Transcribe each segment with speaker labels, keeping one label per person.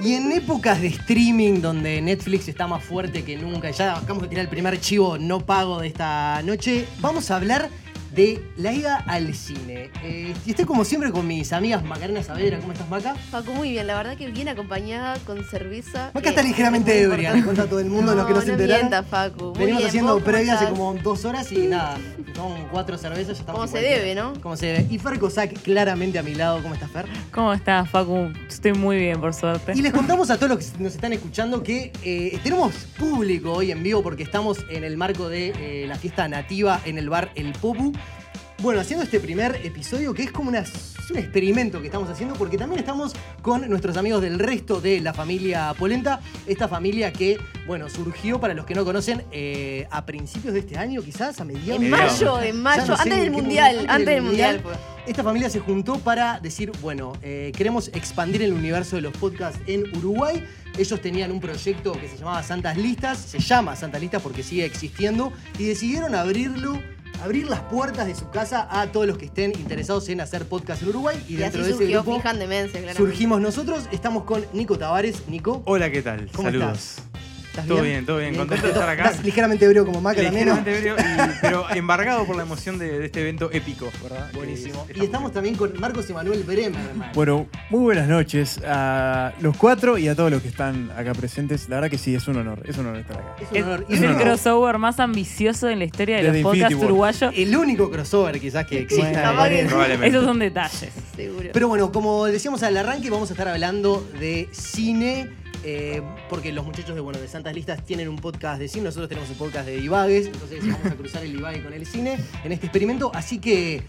Speaker 1: Y en épocas de streaming donde Netflix está más fuerte que nunca, ya acabamos de tirar el primer chivo no pago de esta noche, vamos a hablar de la ida al cine. Eh, y estoy como siempre con mis amigas Macarena Saavedra, ¿cómo estás Maca?
Speaker 2: Paco, muy bien, la verdad que bien acompañada con cerveza. eh,
Speaker 1: Maca está ligeramente ebria, le cuenta a todo el mundo lo que no se enteraron.
Speaker 2: mientas, Facu. Muy
Speaker 1: Venimos
Speaker 2: bien,
Speaker 1: haciendo
Speaker 2: ¿vos cómo
Speaker 1: previa hace
Speaker 2: estás?
Speaker 1: como dos horas y nada, tomamos cuatro cervezas, ya estamos
Speaker 2: Como
Speaker 1: en
Speaker 2: se
Speaker 1: cualquiera.
Speaker 2: debe, ¿no?
Speaker 1: Como se debe. Y Fer Cossack claramente a mi lado, ¿cómo estás Fer?
Speaker 3: ¿Cómo estás, Facu? Estoy muy bien, por suerte.
Speaker 1: Y les contamos a todos los que nos están escuchando que eh, tenemos público hoy en vivo porque estamos en el marco de eh, la fiesta nativa en el bar El Popu. Bueno, haciendo este primer episodio que es como una- es un experimento que estamos haciendo porque también estamos con nuestros amigos del resto de la familia Polenta, esta familia que, bueno, surgió para los que no conocen eh, a principios de este año, quizás a mediados.
Speaker 2: En mayo, en
Speaker 1: Ya
Speaker 2: mayo,
Speaker 1: no sé
Speaker 2: antes
Speaker 1: en qué
Speaker 2: del mundial,
Speaker 1: momento,
Speaker 2: antes del mundial. pues.
Speaker 1: Esta familia se juntó para decir, bueno, eh, queremos expandir el universo de los podcasts en Uruguay. Ellos tenían un proyecto que se llamaba Santas Listas, se llama Santas Listas porque sigue existiendo, y decidieron abrirlo, abrir las puertas de su casa a todos los que estén interesados en hacer podcast en Uruguay. Y,
Speaker 2: Y,
Speaker 1: dentro
Speaker 2: así
Speaker 1: de ese
Speaker 2: surgió
Speaker 1: grupo
Speaker 2: Fijan Demencia, claramente.
Speaker 1: surgimos nosotros. Estamos con Nico Tavares. Nico,
Speaker 4: Hola, ¿qué tal?
Speaker 1: ¿Cómo
Speaker 4: Saludos.
Speaker 1: ¿estás
Speaker 4: Oh, Todo bien, todo bien. Contento de estar acá.
Speaker 1: Estás ligeramente ebrio como Maca también, ¿no?
Speaker 4: Ligeramente ebrio y- pero embargado por la emoción de, de este evento épico, ¿verdad?
Speaker 1: Buenísimo.
Speaker 4: Que es-
Speaker 1: Y estamos también con Marcos Emanuel Bremer.
Speaker 5: Bueno, muy buenas noches a los cuatro y a todos los que están acá presentes. La verdad que sí, es un honor, es un honor estar acá.
Speaker 1: Es un
Speaker 3: Es,
Speaker 1: honor.
Speaker 3: es
Speaker 1: Y
Speaker 3: el
Speaker 1: bueno,
Speaker 3: crossover más ambicioso en la historia de los
Speaker 5: Desde
Speaker 3: podcasts
Speaker 5: Infinity War.
Speaker 3: uruguayos.
Speaker 1: El único crossover quizás que exista.
Speaker 2: Bueno, capaz que-
Speaker 4: Probablemente.
Speaker 3: Esos son detalles.
Speaker 2: Seguro.
Speaker 1: Pero bueno, como decíamos al arranque, vamos a estar hablando de cine. eh, porque los muchachos de, bueno, de Santas Listas tienen un podcast de cine, nosotros tenemos un podcast de divagues, entonces vamos a cruzar el divague con el cine en este experimento. Así que,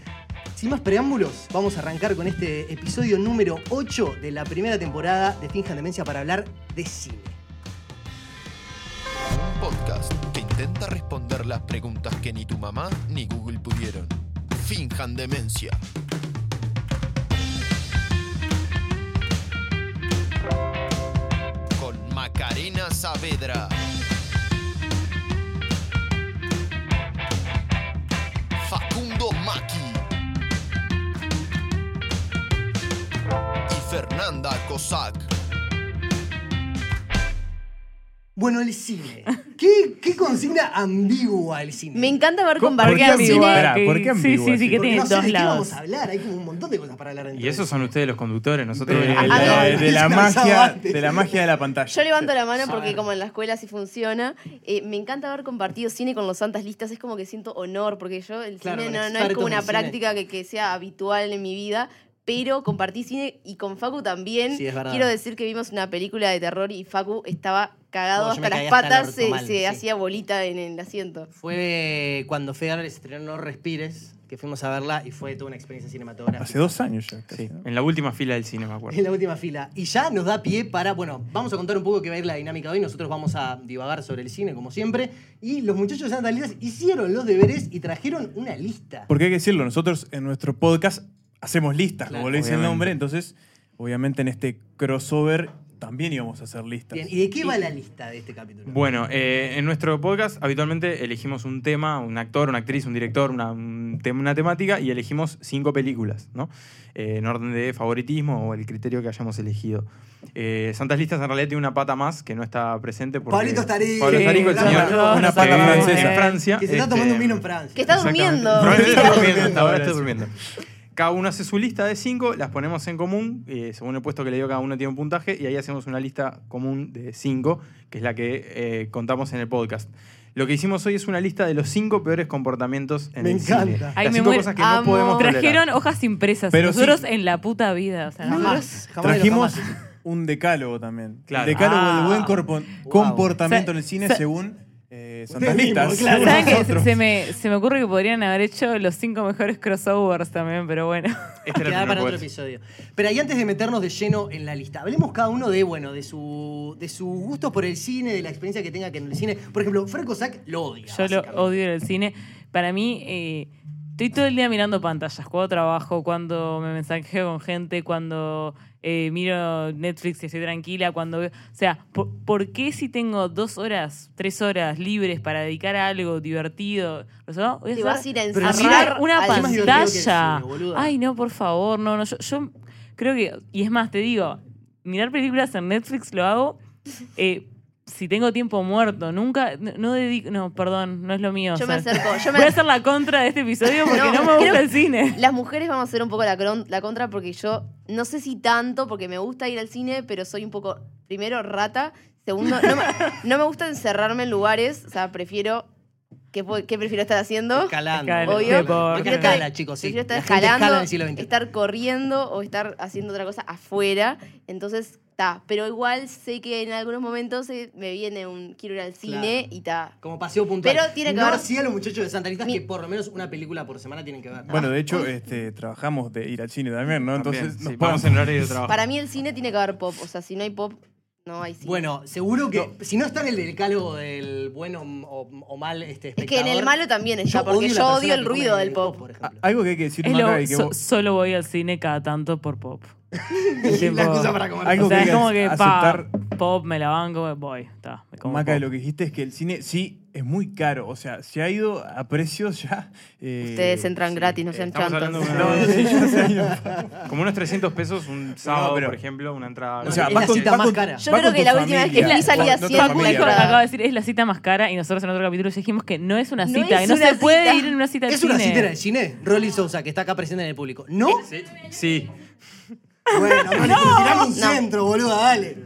Speaker 1: sin más preámbulos, vamos a arrancar con este episodio número 8 de la primera temporada de Finjan Demencia para hablar de cine.
Speaker 6: Un podcast que intenta responder las preguntas que ni tu mamá ni Google pudieron. Finjan demencia. Con Macarena Saavedra. Facundo Maki. Y Fernanda Cossack.
Speaker 1: Bueno, el cine. ¿Qué, qué consigna ambigua el cine?
Speaker 2: Me encanta ver con
Speaker 3: ¿Por qué
Speaker 2: Barbier
Speaker 3: ambigua?
Speaker 2: cine.
Speaker 5: Esperá, ¿por qué
Speaker 3: Sí,
Speaker 5: ambigua?
Speaker 3: sí, sí, que
Speaker 1: Porque
Speaker 3: tiene
Speaker 1: no sé
Speaker 3: dos
Speaker 1: de qué
Speaker 3: lados.
Speaker 1: vamos a hablar, hay como un montón de cosas para hablar. dentro
Speaker 4: Y esos
Speaker 1: de
Speaker 4: son ustedes los conductores, nosotros.
Speaker 5: Eh, De,
Speaker 2: a
Speaker 5: la-
Speaker 2: ver.
Speaker 5: de la
Speaker 1: Es
Speaker 5: magia,
Speaker 1: cansado.
Speaker 5: de la magia de la pantalla.
Speaker 2: Yo levanto la mano
Speaker 3: A
Speaker 2: porque
Speaker 3: ver.
Speaker 2: como en la escuela sí funciona. eh, me encanta haber compartido cine con los santas listas. Es como que siento honor porque yo el
Speaker 1: Claro,
Speaker 2: cine
Speaker 1: con
Speaker 2: no, no es
Speaker 1: expertos
Speaker 2: como una
Speaker 1: en cine.
Speaker 2: práctica que, que sea habitual en mi vida. Pero compartí cine y con Facu también.
Speaker 1: Sí, es verdad.
Speaker 2: Quiero decir que vimos una película de terror y Facu estaba cagado
Speaker 1: No, yo me
Speaker 2: hasta las
Speaker 1: caí hasta el
Speaker 2: patas,
Speaker 1: orto
Speaker 2: se,
Speaker 1: mal,
Speaker 2: se
Speaker 1: sí.
Speaker 2: hacía bolita en el asiento.
Speaker 1: Fue cuando Fede Álvarez estrenó No Respires, que fuimos a verla y fue toda una experiencia cinematográfica.
Speaker 5: Hace dos años ya. casi,
Speaker 4: Sí,
Speaker 5: ¿no?
Speaker 4: en la última fila del cine, me
Speaker 1: En
Speaker 4: acuerdo.
Speaker 1: la última fila. Y ya nos da pie para. Bueno, vamos a contar un poco qué va a ir la dinámica de hoy. Nosotros vamos a divagar sobre el cine, como siempre. Y los muchachos de Santa Lidas hicieron los deberes y trajeron una lista.
Speaker 5: Porque hay que decirlo, nosotros en nuestro podcast hacemos listas,
Speaker 1: Claro,
Speaker 5: como lo dice el
Speaker 4: obviamente.
Speaker 5: nombre, entonces obviamente en este crossover también íbamos a hacer listas.
Speaker 1: Bien, ¿y de qué va la lista de este capítulo?
Speaker 4: Bueno, eh, en nuestro podcast habitualmente elegimos un tema, un actor, una actriz, un director, una, un tem- una temática y elegimos cinco películas, ¿no? Eh, en orden de favoritismo o el criterio que hayamos elegido. Eh, Santas Listas en realidad tiene una pata más que no está presente porque...
Speaker 1: Pablito Starico.
Speaker 4: Pablo Starico, el
Speaker 1: Sí,
Speaker 4: señor.
Speaker 5: claro,
Speaker 4: que
Speaker 5: una pata
Speaker 4: vive
Speaker 5: francesa.
Speaker 4: En Francia.
Speaker 1: que se está
Speaker 4: este,
Speaker 1: tomando un vino en Francia.
Speaker 2: Que está
Speaker 4: Exactamente.
Speaker 2: durmiendo.
Speaker 4: Probablemente
Speaker 5: Sí,
Speaker 4: está
Speaker 5: está
Speaker 4: durmiendo,
Speaker 5: durmiendo,
Speaker 4: ahora
Speaker 5: ahora
Speaker 4: está
Speaker 5: sí.
Speaker 4: durmiendo. Cada uno hace su lista de cinco, las ponemos en común, eh, según el puesto que le dio cada uno tiene un puntaje, y ahí hacemos una lista común de cinco, que es la que eh, contamos en el podcast. Lo que hicimos hoy es una lista de los cinco peores comportamientos en
Speaker 1: Me
Speaker 4: el
Speaker 1: encanta.
Speaker 4: cine.
Speaker 3: Ay,
Speaker 4: las
Speaker 3: me
Speaker 4: cinco
Speaker 3: muero.
Speaker 4: cosas que
Speaker 2: Amo.
Speaker 4: no podemos tolerar. Este
Speaker 3: Trajeron hojas impresas.
Speaker 5: Pero
Speaker 3: Nosotros
Speaker 5: sí.
Speaker 3: en la puta vida. O sea, jamás.
Speaker 1: Jamás, jamás de los
Speaker 5: Trajimos
Speaker 1: jamás.
Speaker 5: un decálogo también.
Speaker 4: Claro.
Speaker 5: El decálogo
Speaker 1: Ah.
Speaker 5: del buen corpo- comportamiento
Speaker 3: Wow.
Speaker 5: en el cine
Speaker 3: Sa-
Speaker 5: según eh,
Speaker 1: Ustedes
Speaker 5: Santas Listas.
Speaker 1: mismos, claro.
Speaker 3: ¿Saben qué? Se-
Speaker 5: Nosotros.
Speaker 3: Se me, se me ocurre que podrían haber hecho los cinco mejores crossovers también, pero bueno.
Speaker 4: Este era el
Speaker 1: Quedaba
Speaker 4: primer
Speaker 1: para otro
Speaker 4: juez.
Speaker 1: episodio. Pero ahí antes de meternos de lleno en la lista, hablemos cada uno de, bueno, de su, de su gusto por el cine, de la experiencia que tenga que en el cine. Por ejemplo, Frank Kozak lo odia.
Speaker 3: Yo lo
Speaker 1: básicamente.
Speaker 3: odio en el cine. Para mí, eh, estoy todo el día mirando pantallas. Cuando trabajo, cuando me mensajeo con gente, cuando eh, miro Netflix y estoy tranquila, cuando veo... O sea, ¿por, por qué si tengo dos horas, tres horas libres para dedicar a algo divertido? O sea, voy a
Speaker 2: Te
Speaker 3: hacer-
Speaker 2: vas a ir a
Speaker 1: Pero
Speaker 3: a
Speaker 1: encima-
Speaker 2: encerrar
Speaker 3: mirar una
Speaker 2: al-
Speaker 1: Es más divertido que el
Speaker 3: pantalla.
Speaker 1: cine, boluda.
Speaker 3: Ay, no, por favor, no, no. Yo, yo creo que, y es más, te digo, mirar películas en Netflix lo hago eh, si tengo tiempo muerto. Nunca, no, no dedico, no, perdón, no es lo mío.
Speaker 2: Yo me
Speaker 3: o sea,
Speaker 2: acerco. Yo
Speaker 3: Voy a
Speaker 2: me...
Speaker 3: hacer la contra de este episodio porque
Speaker 2: No,
Speaker 3: no, me gusta
Speaker 2: creo-
Speaker 3: el cine.
Speaker 2: Las mujeres vamos a hacer un poco la, cron- la contra porque yo no sé si tanto, porque me gusta ir al cine, pero soy un poco, primero, rata. Segundo, no me, no me gusta encerrarme en lugares. O sea, prefiero. ¿Qué, po- qué prefiero estar haciendo?
Speaker 1: Escalando.
Speaker 3: Escala,
Speaker 2: Obvio.
Speaker 3: deporte.
Speaker 1: Acá
Speaker 2: Prefiero
Speaker 1: escala,
Speaker 2: estar-
Speaker 1: chicos, sí.
Speaker 2: prefiero estar
Speaker 1: La gente escala en el siglo
Speaker 2: escalando,
Speaker 1: XXI.
Speaker 2: estar corriendo o estar haciendo otra cosa afuera. Entonces, está. Pero igual sé que en algunos momentos eh, me viene un quiero ir al cine y está.
Speaker 1: Como paseo puntual.
Speaker 2: Pero tiene que
Speaker 1: no
Speaker 2: ver-
Speaker 1: así a los muchachos de Santa Rita
Speaker 2: Mi-
Speaker 1: que por lo menos una película por semana tienen que ver.
Speaker 5: Bueno, de hecho, este, trabajamos de ir al cine también, ¿no?
Speaker 4: También,
Speaker 5: Entonces,
Speaker 4: sí,
Speaker 5: nos
Speaker 4: vamos
Speaker 5: podemos-
Speaker 4: en horario de trabajo.
Speaker 2: Para mí el cine tiene que haber pop. O sea, si no hay pop, no hay cine.
Speaker 1: Bueno, seguro que si no está en el decálogo del bueno o, o mal este
Speaker 2: es que en
Speaker 1: espectador,
Speaker 2: el malo también
Speaker 1: yo
Speaker 2: está, porque
Speaker 1: odio la
Speaker 2: yo
Speaker 1: persona
Speaker 2: odio el
Speaker 1: que come
Speaker 2: ruido del pop.
Speaker 1: por ejemplo.
Speaker 5: Ah, Algo que hay que decir,
Speaker 3: Es
Speaker 5: Maca,
Speaker 3: lo-
Speaker 5: y que
Speaker 3: so-
Speaker 5: vos-
Speaker 3: solo voy al cine cada tanto por pop.
Speaker 1: La
Speaker 3: Tipo,
Speaker 1: excusa para comer.
Speaker 5: Algo
Speaker 3: o sea,
Speaker 5: que hay
Speaker 3: es
Speaker 5: que
Speaker 3: como que,
Speaker 5: aceptar-
Speaker 3: pa, pop, me la banco, voy, está. me como
Speaker 5: Maca,
Speaker 3: pop.
Speaker 5: lo que dijiste es que el cine sí es muy caro. O sea, se ha ido a precios ya. eh,
Speaker 2: Ustedes entran
Speaker 5: sí,
Speaker 2: gratis, no
Speaker 5: eh,
Speaker 2: sean
Speaker 4: estamos hablando
Speaker 2: chantos.
Speaker 4: de
Speaker 5: No, no, sí, ya se ha ido.
Speaker 4: Como unos 300 pesos un sábado,
Speaker 5: pero-
Speaker 4: por ejemplo, una entrada.
Speaker 1: No,
Speaker 5: O sea,
Speaker 1: es
Speaker 5: va
Speaker 1: la
Speaker 5: con-
Speaker 1: cita
Speaker 5: va
Speaker 1: más
Speaker 5: con-
Speaker 1: cara.
Speaker 2: Yo
Speaker 5: va
Speaker 2: creo
Speaker 5: con
Speaker 2: que
Speaker 5: tu
Speaker 2: la última vez que
Speaker 5: familia,
Speaker 2: fui salí
Speaker 5: con-
Speaker 2: a
Speaker 5: con otra
Speaker 2: cien
Speaker 3: Facu
Speaker 5: familia.
Speaker 3: dijo,
Speaker 2: cuadras.
Speaker 3: acaba de decir, es la cita más cara y nosotros en otro capítulo dijimos que no es una
Speaker 2: No
Speaker 3: cita,
Speaker 2: es
Speaker 3: que no
Speaker 2: una
Speaker 3: se puede
Speaker 2: cita.
Speaker 3: ir en una cita al
Speaker 1: ¿Es
Speaker 3: cine.
Speaker 1: una cita en el cine? Rolly Sousa, que está acá presente en el público. ¿No?
Speaker 4: Sí.
Speaker 1: Bueno, Rolly, pero tirame un
Speaker 2: No.
Speaker 1: centro, boludo, dale.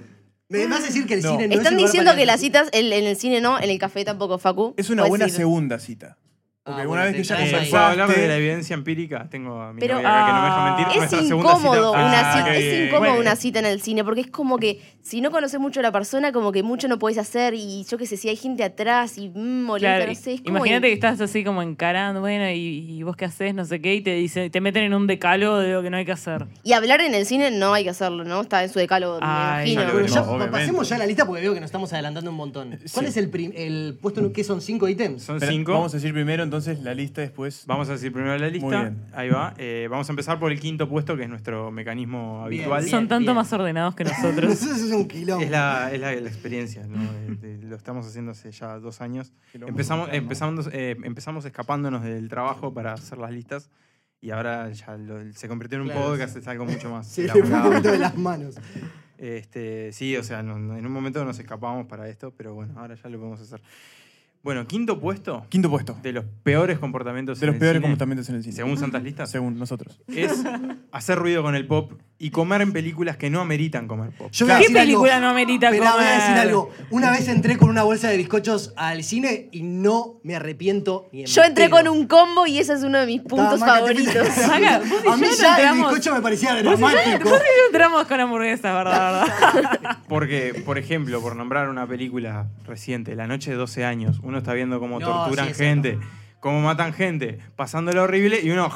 Speaker 1: Me vas a decir que el
Speaker 5: No.
Speaker 1: cine no es
Speaker 2: Están
Speaker 1: el lugar
Speaker 2: diciendo
Speaker 1: para
Speaker 2: que
Speaker 1: ir.
Speaker 2: las citas en, en el cine no, en el café tampoco, Facu.
Speaker 5: Es una
Speaker 2: Puedes
Speaker 5: buena
Speaker 2: ir.
Speaker 5: segunda cita. Porque
Speaker 1: Ah,
Speaker 5: una
Speaker 1: bueno,
Speaker 5: vez que
Speaker 1: te
Speaker 5: ya
Speaker 1: traes ahí.
Speaker 4: Eh, ¿puedo hablar de la
Speaker 5: conversaste.
Speaker 4: evidencia empírica? Tengo a mi
Speaker 2: Pero-
Speaker 4: novia acá que no me deja mentir.
Speaker 3: Ah.
Speaker 2: Es
Speaker 4: Nuestra segunda
Speaker 2: incómodo,
Speaker 4: cita-
Speaker 2: una
Speaker 4: Ah,
Speaker 2: cita,
Speaker 4: qué bien.
Speaker 2: es incómodo
Speaker 5: Bueno.
Speaker 2: una cita en el cine, porque es como que si no conoces mucho a la persona, como que mucho no podés hacer, y yo qué sé, si hay gente atrás y mm, molesta,
Speaker 3: Claro,
Speaker 2: no sé, es como
Speaker 3: imagínate que estás así como encarando, bueno, y, y vos qué haces, no sé qué, y te dicen, te meten en un decálogo de lo que no hay que hacer.
Speaker 2: Y hablar en el cine no hay que hacerlo, ¿no? Está en su decálogo,
Speaker 3: Ay,
Speaker 2: me
Speaker 4: ya lo
Speaker 2: imagino.
Speaker 1: Bueno, ya
Speaker 4: No,
Speaker 1: pa-
Speaker 4: obviamente.
Speaker 1: pasemos ya a la lista porque veo que nos estamos adelantando un montón. ¿Cuál
Speaker 5: Sí.
Speaker 1: es el, prim- el puesto en que son cinco ítems?
Speaker 4: Son
Speaker 5: Espera,
Speaker 4: cinco.
Speaker 5: Vamos a decir primero entonces la lista, después.
Speaker 4: Vamos a decir primero la
Speaker 5: Muy
Speaker 4: lista.
Speaker 5: bien.
Speaker 4: Ahí va. Eh, vamos a empezar por el quinto puesto, que es nuestro mecanismo
Speaker 1: Bien,
Speaker 4: habitual.
Speaker 1: bien.
Speaker 3: Son tanto más ordenados que nosotros.
Speaker 1: Eso es un quilombo.
Speaker 4: Es la, es la, la experiencia, ¿no? Eh, de- lo estamos haciendo hace ya dos años.
Speaker 5: Quilombo
Speaker 4: Empezamos,
Speaker 5: total, ¿no?
Speaker 4: empezamos, eh, empezamos escapándonos del trabajo para hacer las listas y ahora ya lo- se convirtió en un
Speaker 1: Claro,
Speaker 4: podcast, es algo mucho más.
Speaker 1: Se le fue un
Speaker 4: elaborado.
Speaker 1: poquito de las manos.
Speaker 4: Este, sí, o sea, no- no- en un momento nos escapamos para esto, pero bueno, ahora ya lo podemos hacer. Bueno, quinto puesto
Speaker 5: Quinto puesto.
Speaker 4: de los peores comportamientos
Speaker 5: De
Speaker 4: en
Speaker 5: los
Speaker 4: el
Speaker 5: peores
Speaker 4: cine,
Speaker 5: comportamientos en el cine.
Speaker 4: según Santas Listas,
Speaker 5: Según nosotros.
Speaker 4: es hacer ruido con el pop y comer en películas que no ameritan comer pop.
Speaker 1: Yo voy a
Speaker 3: ¿Qué
Speaker 1: decir algo.
Speaker 3: película no amerita
Speaker 1: Pero voy a
Speaker 3: comer?
Speaker 1: decir algo. Una vez entré con una bolsa de bizcochos al cine y no me arrepiento ni en
Speaker 2: Yo entré
Speaker 1: pedo.
Speaker 2: con un combo y ese es uno de mis
Speaker 1: Ta,
Speaker 2: puntos
Speaker 1: Maca, te
Speaker 2: favoritos.
Speaker 1: fuiste a la
Speaker 3: Maca,
Speaker 1: mierda.
Speaker 3: vos y
Speaker 1: a mí
Speaker 3: yo
Speaker 1: ya
Speaker 3: no
Speaker 1: el
Speaker 3: entramos.
Speaker 1: bizcocho me parecía
Speaker 3: Nosotros
Speaker 1: dramático.
Speaker 3: entramos con hamburguesas, ¿verdad? verdad?
Speaker 4: Porque, por ejemplo, por nombrar una película reciente, La Noche de 12 años, uno está viendo cómo
Speaker 1: No,
Speaker 4: torturan
Speaker 1: sí, es
Speaker 4: gente, cómo matan gente, pasándolo horrible y uno.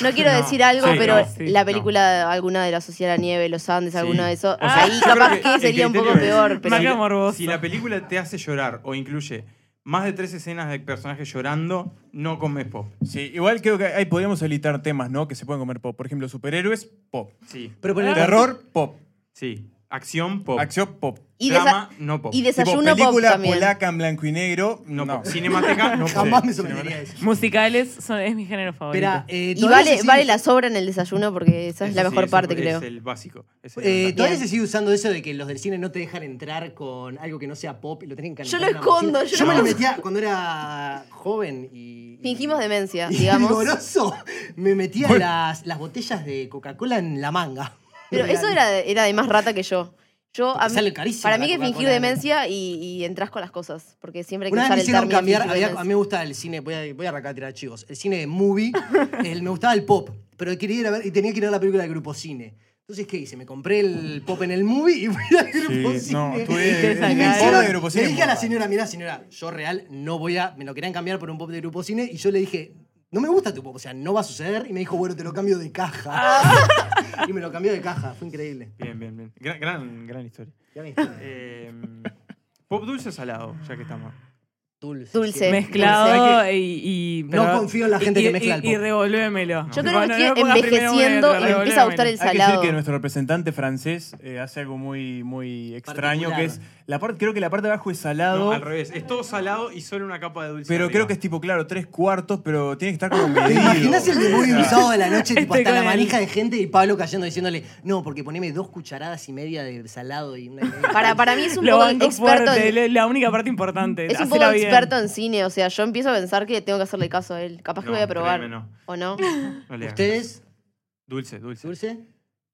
Speaker 2: No quiero
Speaker 4: No,
Speaker 2: decir algo,
Speaker 4: sí,
Speaker 2: pero
Speaker 4: no,
Speaker 3: sí,
Speaker 2: la película, alguna de la Sociedad de la Nieve, Los Andes,
Speaker 4: Sí.
Speaker 2: alguna de eso, o
Speaker 3: Ah,
Speaker 2: sea, ahí
Speaker 4: Yo creo
Speaker 2: capaz que,
Speaker 4: el
Speaker 2: sería un poco
Speaker 4: criterio es-
Speaker 2: peor, pero...
Speaker 3: Maca-
Speaker 4: si-
Speaker 3: morbosa.
Speaker 4: Si la película te hace llorar o incluye más de tres escenas de personajes llorando, no comes pop.
Speaker 5: Sí, igual creo que ahí podríamos habilitar temas, ¿no? Que se pueden comer pop. Por ejemplo, superhéroes, pop.
Speaker 4: Sí,
Speaker 1: Pero ponele-
Speaker 5: Terror, pop.
Speaker 4: sí. Acción, pop.
Speaker 5: Acción, pop.
Speaker 2: Y, desa-
Speaker 4: Drama, no pop.
Speaker 2: y
Speaker 5: Tipo,
Speaker 2: desayuno pop
Speaker 5: película
Speaker 2: también.
Speaker 5: polaca en blanco y negro,
Speaker 4: No,
Speaker 5: no.
Speaker 4: pop. Cinemateca, no pop.
Speaker 1: Jamás me sorprendería eso.
Speaker 3: Musicales son- es mi género favorito.
Speaker 1: Espera, eh,
Speaker 2: Y
Speaker 1: todavía se
Speaker 2: vale,
Speaker 1: sigue-
Speaker 2: vale la sobra en el desayuno porque esa es
Speaker 4: Ese
Speaker 2: la
Speaker 4: sí,
Speaker 2: mejor
Speaker 4: ese
Speaker 2: parte,
Speaker 4: es
Speaker 2: creo.
Speaker 4: el básico. ese es el
Speaker 1: Eh,
Speaker 4: básico.
Speaker 1: todavía
Speaker 2: Bien.
Speaker 1: se sigue usando eso de que los del cine no te dejan entrar con algo que no sea pop y lo tienen que
Speaker 2: Yo
Speaker 1: anotar
Speaker 2: lo
Speaker 1: en una
Speaker 2: escondo,
Speaker 1: mochila.
Speaker 2: yo
Speaker 1: Yo
Speaker 2: lo
Speaker 1: me lo
Speaker 2: escondo.
Speaker 1: metía cuando era joven y.
Speaker 2: Fingimos demencia,
Speaker 1: y
Speaker 2: digamos.
Speaker 1: vigoroso. Me metía
Speaker 5: Bueno.
Speaker 1: las, las botellas de Coca-Cola en la manga.
Speaker 2: Pero eso era de, era de más rata que yo. Yo,
Speaker 1: Porque
Speaker 2: a mí-
Speaker 1: sale carísimo
Speaker 2: para
Speaker 1: la
Speaker 2: mí que fingir
Speaker 1: Coca-Cola. eh.
Speaker 2: demencia y, y entras con las cosas, porque siempre hay que
Speaker 1: Una vez me
Speaker 2: usar el
Speaker 1: hicieron
Speaker 2: término
Speaker 1: cambiar,
Speaker 2: fingir
Speaker 1: había- a
Speaker 2: demencia.
Speaker 1: mí me gusta el cine, voy a, voy a arrancar a tirar chivos, el cine de movie, el- me gustaba el pop, pero quería ir a ver, y tenía que ir a la película de Grupo Cine. Entonces, ¿qué hice? Me compré el pop en el movie y fui al Grupo
Speaker 5: Sí,
Speaker 1: Cine.
Speaker 5: no,
Speaker 3: Viste
Speaker 5: tuve
Speaker 3: esa
Speaker 5: el
Speaker 1: Me
Speaker 3: cara.
Speaker 5: pop
Speaker 1: hicieron-
Speaker 5: de grupo
Speaker 1: le
Speaker 5: cine.
Speaker 1: dije a la señora, mirá, señora, yo real no voy a. Me lo querían cambiar por un pop de grupo cine y yo le dije, no me gusta tu pop, o sea, no va a suceder. Y me dijo, bueno, te lo cambio de caja. y me lo cambió de caja, fue increíble.
Speaker 4: Bien, bien, bien. Gran, gran, gran historia.
Speaker 1: Ya me dijiste.
Speaker 4: Eh, pop dulce o salado, ya que estamos.
Speaker 1: Dulce.
Speaker 2: Dulce.
Speaker 1: siempre.
Speaker 3: mezclado
Speaker 1: Hay que-
Speaker 3: y, y-
Speaker 1: No confío en la gente
Speaker 3: y-
Speaker 1: que
Speaker 3: y-
Speaker 1: mezcla el
Speaker 3: Y, y
Speaker 1: pop.
Speaker 3: revolvémelo.
Speaker 2: Yo
Speaker 3: No,
Speaker 2: creo
Speaker 3: no,
Speaker 2: que
Speaker 3: no
Speaker 2: estoy
Speaker 3: pongas primero
Speaker 2: envejeciendo
Speaker 3: una
Speaker 2: y me
Speaker 3: letra,
Speaker 2: empieza a gustar el
Speaker 3: revolvémelo.
Speaker 5: Hay que decir
Speaker 2: salado.
Speaker 5: que nuestro representante francés eh, hace algo muy, muy extraño,
Speaker 1: Particular.
Speaker 5: que es la parte, creo que la parte de abajo es
Speaker 4: No,
Speaker 5: salado,
Speaker 4: al revés. Es todo salado y solo una capa de dulce.
Speaker 5: pero
Speaker 4: arriba.
Speaker 5: creo que es tipo, claro, tres cuartos, pero tiene que estar como medido.
Speaker 1: ¿Te imaginas el de Movie un sábado de la noche, tipo,
Speaker 3: Estoy
Speaker 1: hasta
Speaker 3: Este con
Speaker 1: la
Speaker 3: él.
Speaker 1: manija de gente y Pablo cayendo diciéndole, no, porque poneme dos cucharadas y media de salado y una.
Speaker 2: Para, para mí es un
Speaker 3: Lo
Speaker 2: poco
Speaker 3: banco
Speaker 2: experto
Speaker 3: fuerte,
Speaker 2: en,
Speaker 3: la- la única parte importante.
Speaker 2: es un
Speaker 3: hacela
Speaker 2: poco
Speaker 3: bien.
Speaker 2: experto en cine, o sea, yo empiezo a pensar que tengo que hacerle caso a él. Capaz que
Speaker 4: No,
Speaker 2: lo voy a probar.
Speaker 4: créeme, no.
Speaker 2: ¿O no?
Speaker 4: No le hagas.
Speaker 1: ¿Ustedes?
Speaker 4: Dulce, dulce.
Speaker 1: ¿Dulce?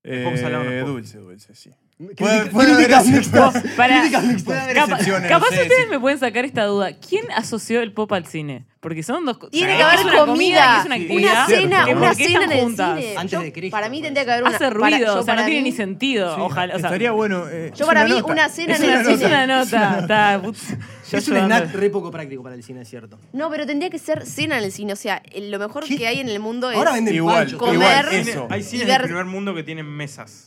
Speaker 5: Eh,
Speaker 4: Pop salado no es pop.
Speaker 5: dulce, dulce, sí.
Speaker 1: Crítica-
Speaker 5: puede haber
Speaker 1: Críticas
Speaker 5: excepciones.
Speaker 1: mixtas.
Speaker 3: Pará.
Speaker 1: Críticas mixtas.
Speaker 5: haber
Speaker 3: Capa-
Speaker 5: excepciones,
Speaker 3: capaz
Speaker 5: no sé,
Speaker 3: ustedes
Speaker 5: sí.
Speaker 3: me pueden sacar esta duda. ¿Quién asoció el pop al cine? Porque son dos cosas.
Speaker 2: Tiene
Speaker 5: Sí.
Speaker 2: que
Speaker 5: Es
Speaker 2: haber
Speaker 5: una
Speaker 2: comida,
Speaker 3: comida y es una actividad.
Speaker 2: cena,
Speaker 5: Cierto.
Speaker 2: una
Speaker 5: ¿Por
Speaker 3: qué
Speaker 2: cena en
Speaker 3: están
Speaker 2: el
Speaker 3: juntas?
Speaker 2: cine.
Speaker 1: Antes
Speaker 2: Yo-
Speaker 1: de Cristo,
Speaker 2: Para mí
Speaker 1: puede
Speaker 2: tendría que haber una.
Speaker 3: Hace
Speaker 2: para-
Speaker 3: ruido,
Speaker 2: yo
Speaker 3: o sea, no
Speaker 2: para
Speaker 3: tiene
Speaker 2: mí-
Speaker 3: ni sentido.
Speaker 5: Sí,
Speaker 3: Ojalá. o sea,
Speaker 5: Estaría bueno. eh,
Speaker 2: Yo para
Speaker 5: es
Speaker 2: mí
Speaker 5: nota.
Speaker 2: una cena
Speaker 3: Es
Speaker 2: en
Speaker 3: una,
Speaker 2: el
Speaker 3: es una
Speaker 2: cine.
Speaker 3: nota. está, putz, yo
Speaker 1: Es un
Speaker 3: ayudando.
Speaker 1: snack re poco práctico para el cine, es cierto.
Speaker 2: No, pero tendría que ser cena en el cine. O sea, el- lo mejor
Speaker 1: ¿Qué?
Speaker 2: que hay en el mundo es.
Speaker 1: Ahora venden
Speaker 5: Igual,
Speaker 1: panchos.
Speaker 2: comer.
Speaker 5: igual,
Speaker 4: Cine-
Speaker 5: eso.
Speaker 4: Hay cines
Speaker 2: Y ver-
Speaker 4: del primer mundo que tienen mesas.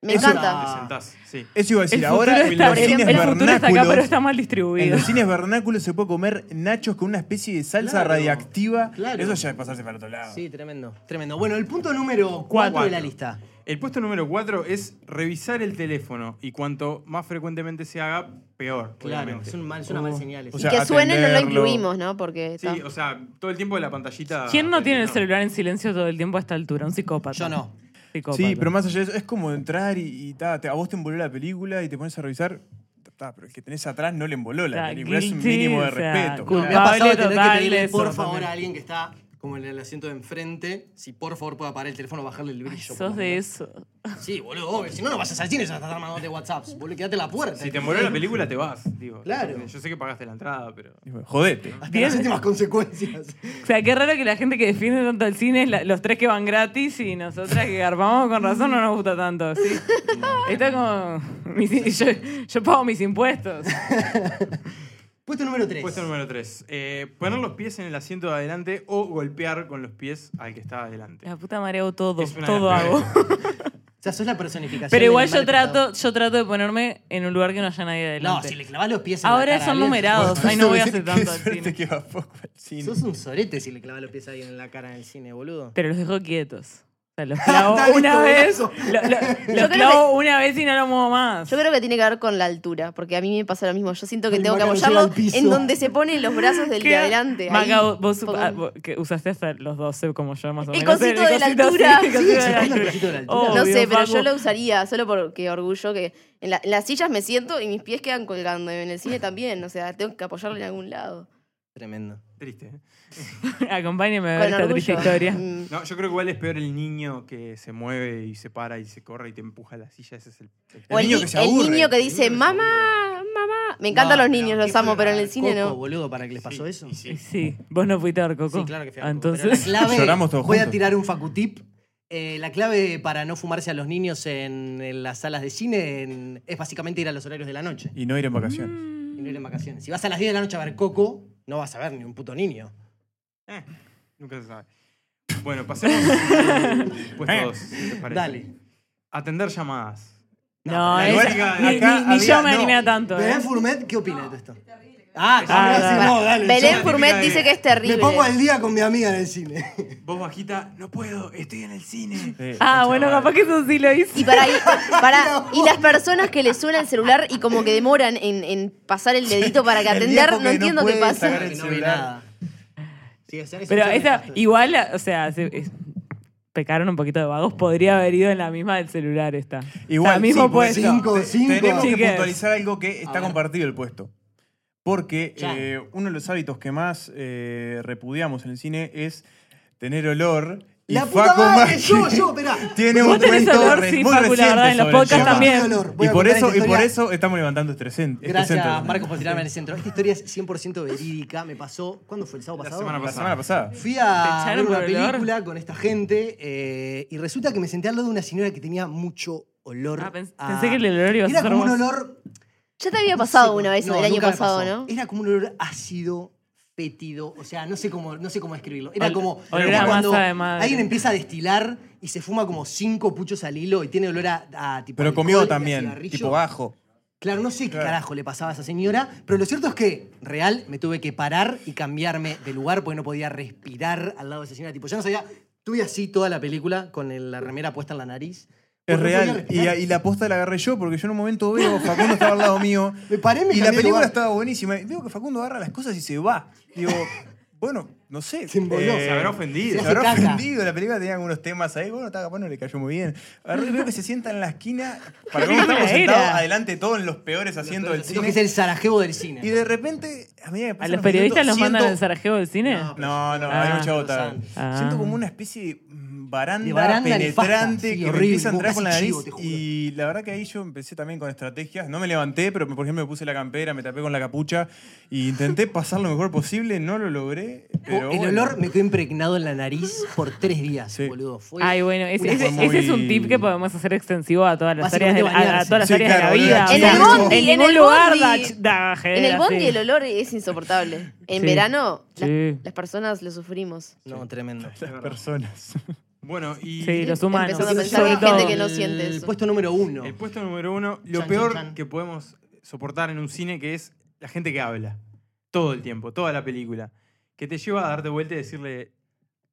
Speaker 2: Me
Speaker 5: eso-
Speaker 2: encanta.
Speaker 1: Ah.
Speaker 4: Te sentás, sí.
Speaker 5: Eso iba a
Speaker 3: El
Speaker 5: decir,
Speaker 3: futuro,
Speaker 5: ahora en
Speaker 3: está,
Speaker 5: los cines
Speaker 3: el futuro está acá, pero
Speaker 5: vernáculos.
Speaker 3: está mal
Speaker 5: En
Speaker 3: distribuido.
Speaker 5: los cines vernáculos se puede comer nachos con una especie de salsa
Speaker 1: Claro,
Speaker 5: radiactiva.
Speaker 1: claro.
Speaker 5: Eso ya es pasarse para otro lado.
Speaker 1: Sí, tremendo, tremendo. Bueno, el punto número 4 de la lista.
Speaker 4: El puesto número 4 es revisar el teléfono y cuanto más frecuentemente se haga, peor.
Speaker 1: Claro,
Speaker 4: obviamente.
Speaker 1: es, un mal, es una
Speaker 3: Uh.
Speaker 1: mal señal. esa.
Speaker 5: o
Speaker 2: Y
Speaker 5: sea,
Speaker 2: que suene no lo
Speaker 5: atenderlo.
Speaker 2: incluimos, ¿no? Porque. está-
Speaker 4: Sí, o sea, todo el tiempo de la pantallita.
Speaker 3: ¿Quién no tiene el celular en silencio todo el tiempo a esta altura? Un psicópata.
Speaker 1: Yo no.
Speaker 3: Psicópata.
Speaker 5: Sí, pero más allá de eso, es como entrar y, y ta, te- a vos te envoló la película y te pones a revisar. ta, ta, pero el que tenés atrás no le envoló la
Speaker 3: Está
Speaker 5: película. Es un
Speaker 3: guilty,
Speaker 5: mínimo de
Speaker 3: o sea,
Speaker 5: respeto.
Speaker 3: cool.
Speaker 1: Me ha pasado de tener que
Speaker 3: total,
Speaker 1: pedirle
Speaker 3: eso
Speaker 1: por favor
Speaker 3: también.
Speaker 1: a alguien que está como en el asiento de enfrente, si por favor puede apagar el teléfono, bajarle el brillo. por
Speaker 3: Sos de
Speaker 1: favor.
Speaker 3: eso.
Speaker 1: Sí, boludo, obvio. Si no, no vayas al cine, ya estás armando de WhatsApps. Boludo, quédate en la puerta.
Speaker 4: Si te envoló la película, te vas, digo.
Speaker 1: Claro.
Speaker 4: Yo sé que pagaste la entrada, pero.
Speaker 5: Dijo, Jodete.
Speaker 1: Hasta las últimas consecuencias.
Speaker 3: O sea, qué raro que la gente que defiende tanto el cine es la- los tres que van gratis y nosotras que garpamos con razón no nos gusta tanto. ¿sí? Está como. mis- yo, yo pago mis impuestos.
Speaker 1: Puesto número 3.
Speaker 4: Puesto número 3. poner los pies en el asiento de adelante o golpear con los pies al que está adelante.
Speaker 3: La puta madre hago todo,
Speaker 4: Es una
Speaker 3: todo
Speaker 4: gran-
Speaker 3: hago.
Speaker 1: O sea, sos la personificación.
Speaker 3: Pero igual
Speaker 1: del mal
Speaker 3: yo trato, yo trato de ponerme en un lugar que no haya nadie
Speaker 1: educado. No,
Speaker 3: adelante.
Speaker 1: si le clavas los pies en la
Speaker 3: Ahora
Speaker 1: cara a
Speaker 3: son
Speaker 1: alguien,
Speaker 3: numerados, ay no voy a hacer
Speaker 5: Qué
Speaker 3: tanto al
Speaker 5: suerte
Speaker 3: cine.
Speaker 5: que va poco al cine.
Speaker 1: Sos un sorete si le clavas los pies a alguien en la cara en el cine, boludo.
Speaker 3: Pero los dejo quietos. O sea, los clavo
Speaker 1: Está listo,
Speaker 3: una vez,
Speaker 1: brazo.
Speaker 3: lo- lo- los
Speaker 2: creo
Speaker 3: clavo una vez y no lo muevo más.
Speaker 2: Yo creo que tiene que ver con la altura, porque a mí me pasa lo mismo. Yo siento que
Speaker 1: El
Speaker 2: tengo que
Speaker 1: maca no llega
Speaker 2: apoyarlo
Speaker 1: al piso.
Speaker 2: en donde se ponen los brazos del de
Speaker 3: Queda-
Speaker 2: adelante. ahí.
Speaker 3: Maca, vos, vos-
Speaker 2: Pongo-
Speaker 3: ah, vos- que usaste hasta los 12 como yo, más o
Speaker 2: El
Speaker 3: menos.
Speaker 2: cosito de la
Speaker 3: cosito,
Speaker 2: altura.
Speaker 3: sí, el cosito de
Speaker 1: Sí,
Speaker 3: la
Speaker 1: el
Speaker 3: altura.
Speaker 1: cosito de la altura.
Speaker 3: Obvio,
Speaker 2: no sé, pero yo
Speaker 3: Facu.
Speaker 2: lo usaría, solo porque orgullo que en, la- en las sillas me siento y mis pies quedan colgando. En el cine también, o sea, tengo que apoyarlo en algún lado.
Speaker 1: Tremendo.
Speaker 4: Triste, ¿eh?
Speaker 3: Acompáñeme a ver
Speaker 2: Con
Speaker 3: esta triste
Speaker 2: orgullo.
Speaker 3: historia.
Speaker 2: Mm.
Speaker 4: No, yo creo que igual es peor el niño que se mueve y se para y se corre y te empuja a la silla. Ese es el. el-
Speaker 2: O el,
Speaker 5: niño
Speaker 2: ni-
Speaker 5: que se
Speaker 2: el
Speaker 5: aburre.
Speaker 2: niño que
Speaker 4: El
Speaker 2: dice,
Speaker 4: niño que se
Speaker 2: mamá, mamá. Me encantan
Speaker 1: No,
Speaker 2: los niños,
Speaker 1: pero
Speaker 2: los
Speaker 1: ¿qué
Speaker 2: amo, pero en
Speaker 1: fue
Speaker 2: el cine
Speaker 1: Coco,
Speaker 2: no.
Speaker 1: boludo, para que les pasó
Speaker 4: Sí,
Speaker 1: eso?
Speaker 4: y sí.
Speaker 3: Sí, vos no fuiste a ver Coco.
Speaker 1: Sí, claro que fui a Coco, pero
Speaker 3: Entonces,
Speaker 1: la clave,
Speaker 5: Lloramos todos
Speaker 1: Voy a
Speaker 5: juntos.
Speaker 1: tirar un facutip. Eh, la clave para no fumarse a los niños en, en las salas de cine en- es básicamente ir a los horarios de la noche
Speaker 5: Y no ir en
Speaker 3: Mm.
Speaker 5: vacaciones.
Speaker 1: y no ir en vacaciones. Si vas a las 10 de la noche a ver Coco, no vas a ver ni un puto niño.
Speaker 4: Eh, nunca se sabe. Bueno, pasemos al puesto 2, si te parece.
Speaker 1: Dale.
Speaker 4: Atender llamadas.
Speaker 3: no,
Speaker 4: la
Speaker 3: es-
Speaker 4: igual-
Speaker 3: ni,
Speaker 5: acá
Speaker 3: ni- ni yo
Speaker 5: había-
Speaker 3: me
Speaker 5: no.
Speaker 3: animé a tanto. ¿eh?
Speaker 1: Belén Furmet, ¿qué opina de esto? Ah,
Speaker 3: Ah,
Speaker 1: sí,
Speaker 3: dale.
Speaker 1: no, dale.
Speaker 2: Belén
Speaker 4: yo-
Speaker 2: Furmet
Speaker 4: Mira,
Speaker 2: dice
Speaker 4: eh,
Speaker 2: que es
Speaker 1: yo
Speaker 2: terrible.
Speaker 1: Me pongo al día con mi amiga en el cine.
Speaker 4: Voz bajita, no puedo, estoy en el cine.
Speaker 5: Sí,
Speaker 3: Ah, bueno,
Speaker 5: chaval.
Speaker 3: capaz que eso sí lo hice.
Speaker 2: Y para, y, para y las personas que les suena el celular y como que demoran en, en pasar el dedito para que
Speaker 5: El
Speaker 2: atender,
Speaker 5: viejo
Speaker 2: no
Speaker 5: que no
Speaker 2: entiendo qué
Speaker 5: puede
Speaker 2: pasa.
Speaker 5: sacar
Speaker 1: Que
Speaker 5: el
Speaker 1: no ve
Speaker 5: celular.
Speaker 1: nada. Sí, o sea, es
Speaker 3: Pero
Speaker 1: un
Speaker 3: esa,
Speaker 1: desastre.
Speaker 3: igual, o sea, se- es- pecaron un poquito de vagos. Podría haber ido en la misma del celular esta. O sea,
Speaker 5: Igual,
Speaker 3: mismo
Speaker 5: sí, porque
Speaker 3: puesto.
Speaker 1: cinco,
Speaker 5: te-
Speaker 1: cinco.
Speaker 5: Tenemos que
Speaker 3: Chiques.
Speaker 5: puntualizar algo que
Speaker 1: A
Speaker 5: está
Speaker 1: ver.
Speaker 5: compartido el puesto. Porque
Speaker 1: Ya.
Speaker 5: eh, uno de los hábitos que más eh, repudiamos en el cine es tener olor. Y
Speaker 1: La puta
Speaker 5: Facu
Speaker 1: madre,
Speaker 5: Macchi
Speaker 1: yo, yo, verdad.
Speaker 5: Tiene
Speaker 3: Vos
Speaker 5: un
Speaker 3: tenés
Speaker 5: cuento
Speaker 3: olor,
Speaker 5: re-
Speaker 3: sí,
Speaker 5: muy
Speaker 3: Facu, la
Speaker 5: reciente
Speaker 3: verdad, en los
Speaker 5: sobre el
Speaker 3: podcasts
Speaker 5: tema.
Speaker 3: también.
Speaker 5: Y por eso, y por
Speaker 1: eso
Speaker 5: eso estamos levantando este, cen- este centro.
Speaker 1: Gracias, Marcos, por tirarme al centro. Esta historia es 100% verídica. Me pasó. ¿Cuándo fue el sábado
Speaker 4: La
Speaker 1: pasado?
Speaker 4: semana
Speaker 5: La semana pasada.
Speaker 1: Fui
Speaker 3: ¿Te
Speaker 1: a ver
Speaker 3: echaron
Speaker 1: una
Speaker 3: por el olor?
Speaker 1: película con esta gente eh, y resulta que me senté al lado de una señora que tenía mucho olor.
Speaker 3: Ah, pens-
Speaker 1: a-
Speaker 3: pensé que el olor iba a
Speaker 1: Era
Speaker 3: ser
Speaker 1: como un
Speaker 3: vos.
Speaker 1: olor.
Speaker 2: Ya te había pasado
Speaker 1: no sé,
Speaker 2: una vez
Speaker 1: no,
Speaker 2: el año
Speaker 1: nunca me
Speaker 2: pasado,
Speaker 1: pasó.
Speaker 2: ¿no?
Speaker 1: Era como un olor ácido, fétido. O sea, no sé cómo, no sé cómo describirlo. Era
Speaker 3: Ol-
Speaker 1: como.
Speaker 3: olor
Speaker 1: como
Speaker 3: a
Speaker 1: cuando
Speaker 3: masa de madre.
Speaker 1: Alguien empieza a destilar y se fuma como cinco puchos al hilo y tiene olor a, a tipo.
Speaker 5: Pero
Speaker 1: alcohol
Speaker 5: comió
Speaker 1: y a
Speaker 5: también,
Speaker 1: cigarrillo.
Speaker 5: tipo ah, bajo.
Speaker 1: Claro, no sé qué carajo le pasaba a esa señora, pero lo cierto es que, real, me tuve que parar y cambiarme de lugar porque no podía respirar al lado de esa señora. Tipo, yo no sabía, tuve así toda la película con el- la remera puesta en la nariz.
Speaker 5: Es
Speaker 1: Porque no podía
Speaker 5: real. Y,
Speaker 1: respirar.
Speaker 5: y la posta la agarré yo porque yo en un momento veo Facundo estaba al lado mío.
Speaker 1: Me paré, me
Speaker 5: y la
Speaker 1: cambié de
Speaker 5: película
Speaker 1: lugar.
Speaker 5: estaba buenísima. Y veo que Facundo agarra las cosas y se va. Digo, bueno, no sé.
Speaker 1: Se emboló.
Speaker 4: Se habrá ofendido.
Speaker 5: eh, Se
Speaker 1: hace
Speaker 5: habrá
Speaker 1: caca.
Speaker 5: ofendido. La película tenía algunos temas ahí. Bueno, estaba capaz no le cayó muy bien. Agarré, veo que se sienta en la esquina. Para cómo estamos
Speaker 3: Era.
Speaker 5: sentados adelante, todos en los peores asientos del
Speaker 1: Lo que
Speaker 5: cine.
Speaker 1: es el Sarajevo del
Speaker 5: Y
Speaker 1: cine.
Speaker 5: de repente, a medida que
Speaker 3: ¿A
Speaker 5: pasan
Speaker 3: los periodistas los
Speaker 5: minutos,
Speaker 3: mandan
Speaker 5: siento-
Speaker 3: al Sarajevo del cine?
Speaker 1: No.
Speaker 5: No, pues, no,
Speaker 3: Ah.
Speaker 5: hay mucha gota.
Speaker 3: Ah.
Speaker 5: Siento como una especie de mm, baranda,
Speaker 1: De baranda nefasta,
Speaker 5: penetrante
Speaker 1: sí,
Speaker 5: que me
Speaker 1: horrible,
Speaker 5: empieza a
Speaker 1: como
Speaker 5: entrar con la
Speaker 1: casi
Speaker 5: nariz.
Speaker 1: chivo, te juro.
Speaker 5: y la verdad que ahí yo empecé también con estrategias. No me levanté, pero por ejemplo me puse la campera, me tapé con la capucha y intenté pasar lo mejor posible. No lo logré. Pero
Speaker 1: Oh, el
Speaker 5: bueno.
Speaker 1: olor me quedó impregnado en la nariz por tres días,
Speaker 5: Sí.
Speaker 1: boludo. Fue
Speaker 3: Ay, bueno, ese,
Speaker 1: una
Speaker 3: ese-
Speaker 5: fue
Speaker 1: cosa-
Speaker 5: muy-
Speaker 3: ese es un tip que podemos hacer extensivo a todas las áreas de, la- a, a todas las
Speaker 5: Sí,
Speaker 3: áreas de la
Speaker 5: claro,
Speaker 3: vida.
Speaker 5: boludo,
Speaker 3: o
Speaker 2: En
Speaker 3: sea,
Speaker 2: el bondi, en
Speaker 3: ningún
Speaker 2: el
Speaker 3: lugar
Speaker 2: bondi.
Speaker 3: da ch- da
Speaker 2: En el
Speaker 3: jodera,
Speaker 2: bondi
Speaker 3: sí.
Speaker 2: el olor es insoportable. En
Speaker 3: Sí.
Speaker 2: verano la-
Speaker 3: Sí.
Speaker 2: las personas lo sufrimos.
Speaker 1: No, tremendo.
Speaker 5: Las personas.
Speaker 4: Bueno, y
Speaker 3: Sí, los humanos.
Speaker 2: Empezando a
Speaker 3: sobre
Speaker 2: pensar que hay
Speaker 3: todo.
Speaker 2: gente que no siente
Speaker 1: El
Speaker 2: eso.
Speaker 1: puesto número uno.
Speaker 4: el puesto número uno, lo
Speaker 1: Chan,
Speaker 4: peor
Speaker 1: chan, chan.
Speaker 4: que podemos soportar en un cine, que es la gente que habla. Todo el tiempo, toda la película. Que te lleva a darte vuelta y decirle,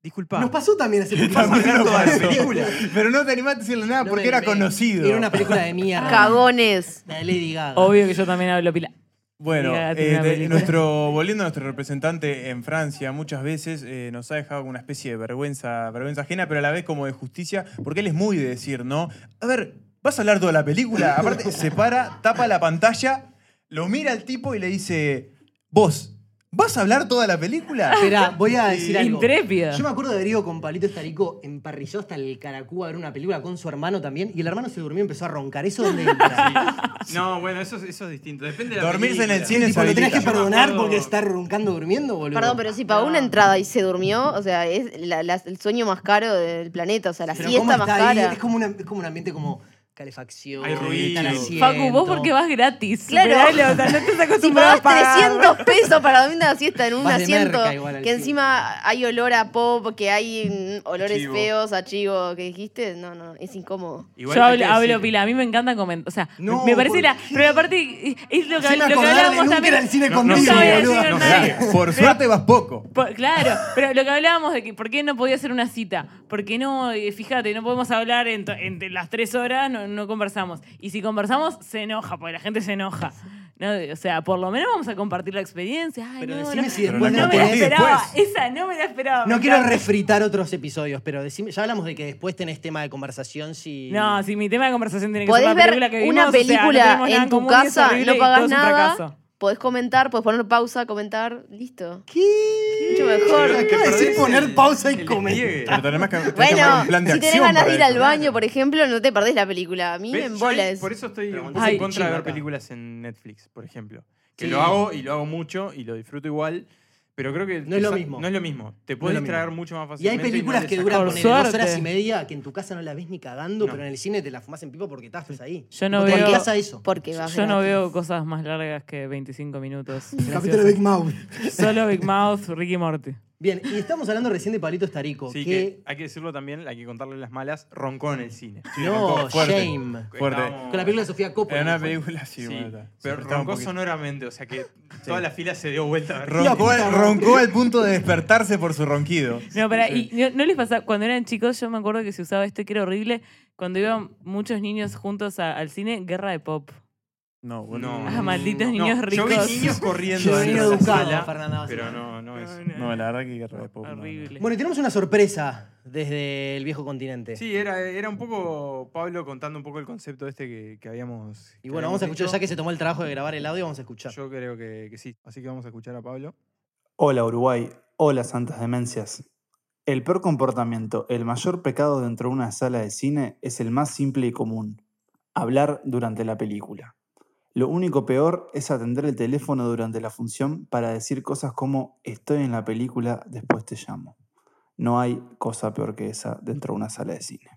Speaker 4: disculpa.
Speaker 1: Nos pasó también hace poquito.
Speaker 4: También nos
Speaker 1: Toda la
Speaker 4: pasó.
Speaker 1: película.
Speaker 5: pero no te animaste a decirle nada
Speaker 1: No
Speaker 5: porque
Speaker 1: me
Speaker 5: era
Speaker 1: animé.
Speaker 5: conocido.
Speaker 1: Era una película de mierda.
Speaker 2: Cagones.
Speaker 1: La de Lady Gaga.
Speaker 3: Obvio que yo también hablo pila.
Speaker 5: Bueno,
Speaker 3: Mira,
Speaker 5: eh,
Speaker 3: tiene una
Speaker 5: de-
Speaker 3: película.
Speaker 5: nuestro, volviendo a nuestro representante en Francia, muchas veces eh, nos ha dejado una especie de vergüenza, vergüenza ajena, pero a la vez como de justicia, porque él es muy de decir, ¿no? A ver, ¿vas a hablar toda la película? Aparte, se para, tapa la pantalla, lo mira al tipo y le dice, vos, ¿vas a hablar toda la película?
Speaker 1: Espera, voy a decir algo.
Speaker 3: Intrépido.
Speaker 1: Yo me acuerdo de haber ido con Pablito Estarico emparrillado hasta el Caracú a ver una película con su hermano también. Y el hermano se durmió y empezó a roncar. ¿Eso dónde entra?
Speaker 4: No, bueno, eso, es- eso es distinto. Depende de la
Speaker 5: Dormirse en el
Speaker 4: película.
Speaker 5: cine
Speaker 1: Tipo, lo tenés que
Speaker 5: habilita.
Speaker 1: perdonar
Speaker 4: acuerdo-
Speaker 1: porque está roncando durmiendo, boludo.
Speaker 2: Perdón, pero si pagó una entrada y se durmió, o sea, es la- la- el sueño más caro del planeta, o sea, la
Speaker 1: Pero ¿cómo
Speaker 2: siesta más
Speaker 1: está ahí?
Speaker 2: cara.
Speaker 1: Es como, una- es como un ambiente como calefacción.
Speaker 4: Hay ruido.
Speaker 1: tal
Speaker 3: Facu, vos
Speaker 1: asiento.
Speaker 3: porque vas gratis.
Speaker 2: Claro.
Speaker 3: superalo, o sea, no estás
Speaker 2: Si
Speaker 3: acostumbrado
Speaker 2: pagás
Speaker 3: a
Speaker 2: 300
Speaker 3: pagar.
Speaker 2: pesos para dormir una siesta en un
Speaker 1: Vas de
Speaker 2: asiento,
Speaker 1: merca igual al
Speaker 2: que
Speaker 1: cine.
Speaker 2: encima hay olor a pop, que hay mm, olores
Speaker 4: Chivo.
Speaker 2: feos a chivo que dijiste, no, no, es incómodo.
Speaker 4: Igual
Speaker 3: Yo
Speaker 4: hay
Speaker 3: hablo,
Speaker 4: que
Speaker 3: hablo
Speaker 4: decir-
Speaker 3: pila, a mí me encanta comentar. O sea,
Speaker 1: No,
Speaker 3: me parece
Speaker 1: ¿por
Speaker 3: la.
Speaker 1: qué?
Speaker 3: Pero aparte, es lo que,
Speaker 1: Haceme
Speaker 3: lo que
Speaker 1: acordar de
Speaker 3: hablábamos
Speaker 1: nunca ir
Speaker 3: también.
Speaker 1: al cine
Speaker 4: No, no
Speaker 1: contigo,
Speaker 4: sé,
Speaker 3: voy a
Speaker 1: boludo.
Speaker 3: decir
Speaker 4: no
Speaker 5: O
Speaker 3: nada.
Speaker 5: sea, por suerte vas poco.
Speaker 3: Por- claro, pero lo que hablábamos de que por qué no podía hacer una cita, porque no, eh, fíjate, no podemos hablar en to- entre las tres horas, no, no conversamos. Y si conversamos, se enoja, porque la gente se enoja. No, o sea, por lo menos vamos a compartir la experiencia. Ay,
Speaker 1: Pero
Speaker 3: no,
Speaker 1: decime
Speaker 3: no,
Speaker 1: si
Speaker 5: Pero
Speaker 1: después
Speaker 5: la
Speaker 3: no
Speaker 1: no
Speaker 3: me la
Speaker 5: compartí
Speaker 1: tenés-
Speaker 3: esperaba,
Speaker 5: después.
Speaker 3: esa no me la esperaba.
Speaker 1: No
Speaker 3: me
Speaker 1: quiero
Speaker 3: encanta.
Speaker 1: refritar otros episodios, pero decime, ya hablamos de que después tenés tema de conversación si.
Speaker 3: No, si mi tema de conversación tiene que ser
Speaker 2: Podés
Speaker 3: la película
Speaker 2: ver
Speaker 3: que vimos,
Speaker 2: una
Speaker 3: o sea, no
Speaker 2: película
Speaker 3: tenemos nada
Speaker 2: en tu
Speaker 3: común y es
Speaker 2: casa,
Speaker 3: horrible
Speaker 2: no
Speaker 3: y todo
Speaker 2: pagas
Speaker 3: es un
Speaker 2: nada,
Speaker 3: fracaso.
Speaker 2: podés comentar, podés poner pausa, comentar, listo.
Speaker 1: ¿Qué?
Speaker 2: Mucho mejor.
Speaker 1: Pero es que
Speaker 4: Iba a
Speaker 1: perdés
Speaker 4: decir
Speaker 1: poner pausa y
Speaker 4: el
Speaker 1: comer. Ah,
Speaker 4: despliegue.
Speaker 5: Pero tenés que- tenés que armar
Speaker 2: Bueno,
Speaker 5: un plan de
Speaker 2: si tenés
Speaker 5: acción
Speaker 2: ganas
Speaker 5: para
Speaker 2: de ir al
Speaker 5: eso.
Speaker 2: baño, por ejemplo, no te perdés la película. A mí me
Speaker 4: ¿Ves? Yo
Speaker 2: embola
Speaker 4: ahí-
Speaker 2: eso.
Speaker 4: Por eso estoy un poco
Speaker 1: Ay,
Speaker 4: en contra de ver
Speaker 1: chivaca.
Speaker 4: películas en Netflix, por ejemplo. Que
Speaker 1: Sí.
Speaker 4: lo hago y lo hago mucho y lo disfruto igual, pero creo que...
Speaker 1: No es lo
Speaker 4: esa-
Speaker 1: mismo.
Speaker 4: No es lo mismo. Te
Speaker 1: es
Speaker 4: puedes
Speaker 1: lo
Speaker 4: distraer
Speaker 1: mismo.
Speaker 4: mucho más
Speaker 1: Y hay
Speaker 4: fácilmente.
Speaker 1: películas
Speaker 4: no le
Speaker 1: que
Speaker 4: sacas-
Speaker 1: duran
Speaker 3: Por
Speaker 1: ponele, dos
Speaker 3: suerte.
Speaker 1: horas y media que en tu casa no la ves ni cagando,
Speaker 4: No.
Speaker 1: pero en el cine te la fumas en pipa porque estás ahí.
Speaker 3: Yo no
Speaker 1: Porque
Speaker 3: veo-
Speaker 1: en casa eso.
Speaker 2: Porque vas
Speaker 3: Yo no
Speaker 2: gratis.
Speaker 3: veo cosas más largas que 25 minutos.
Speaker 1: El capítulo de Big Mouth.
Speaker 3: Solo Big Mouth, Ricky Morty.
Speaker 1: Bien, y estamos hablando recién de Palito Estarico.
Speaker 4: Sí, que
Speaker 1: que,
Speaker 4: hay que decirlo también, hay que contarle las malas, roncó en el cine.
Speaker 1: No,
Speaker 5: roncó fuerte.
Speaker 1: shame.
Speaker 5: Fuerte.
Speaker 4: Estábamos-
Speaker 1: Con la película de Sofía Coppola.
Speaker 5: Era una
Speaker 1: fue.
Speaker 5: película así,
Speaker 4: Sí,
Speaker 5: bueno, está.
Speaker 4: pero
Speaker 5: Sí, estaba un
Speaker 4: roncó
Speaker 5: poquito-
Speaker 4: sonoramente, o sea que toda la fila se dio vuelta. a ver-
Speaker 5: Roncó,
Speaker 1: puta madre.
Speaker 5: roncó eh, al punto de despertarse por su ronquido.
Speaker 3: No, para, y no, no les pasaba, cuando eran chicos, yo me acuerdo que se usaba esto que era horrible, cuando iban muchos niños juntos a- al cine, guerra de pop.
Speaker 5: No, boludo.
Speaker 4: No.
Speaker 3: Ah, malditos
Speaker 4: Mm, no.
Speaker 3: niños
Speaker 4: Yo vi
Speaker 3: ricos.
Speaker 4: niños corriendo
Speaker 1: Yo
Speaker 4: dentro
Speaker 1: venía
Speaker 4: de esa
Speaker 1: educado,
Speaker 4: sala,
Speaker 1: Fernanda,
Speaker 4: pero
Speaker 1: básicamente.
Speaker 4: no, no es...
Speaker 5: No, la verdad que guerra de pop. no, no.
Speaker 3: Horrible.
Speaker 1: Bueno, y tenemos una sorpresa desde el viejo continente.
Speaker 4: Sí, era, era un poco Pablo contando un poco el concepto este que, que habíamos.
Speaker 1: Y
Speaker 4: que
Speaker 1: bueno, vamos a
Speaker 4: habíamos
Speaker 1: escuchar, ya que
Speaker 4: dicho.
Speaker 1: se tomó el trabajo de grabar el audio, vamos a escuchar.
Speaker 4: Yo creo que, que sí. Así que vamos a escuchar a Pablo.
Speaker 7: Hola Uruguay, hola Santas Demencias. El peor comportamiento, el mayor pecado dentro de una sala de cine es el más simple y común, hablar durante la película. Lo único peor es atender el teléfono durante la función para decir cosas como estoy en la película, después te llamo. No hay cosa peor que esa dentro de una sala de cine.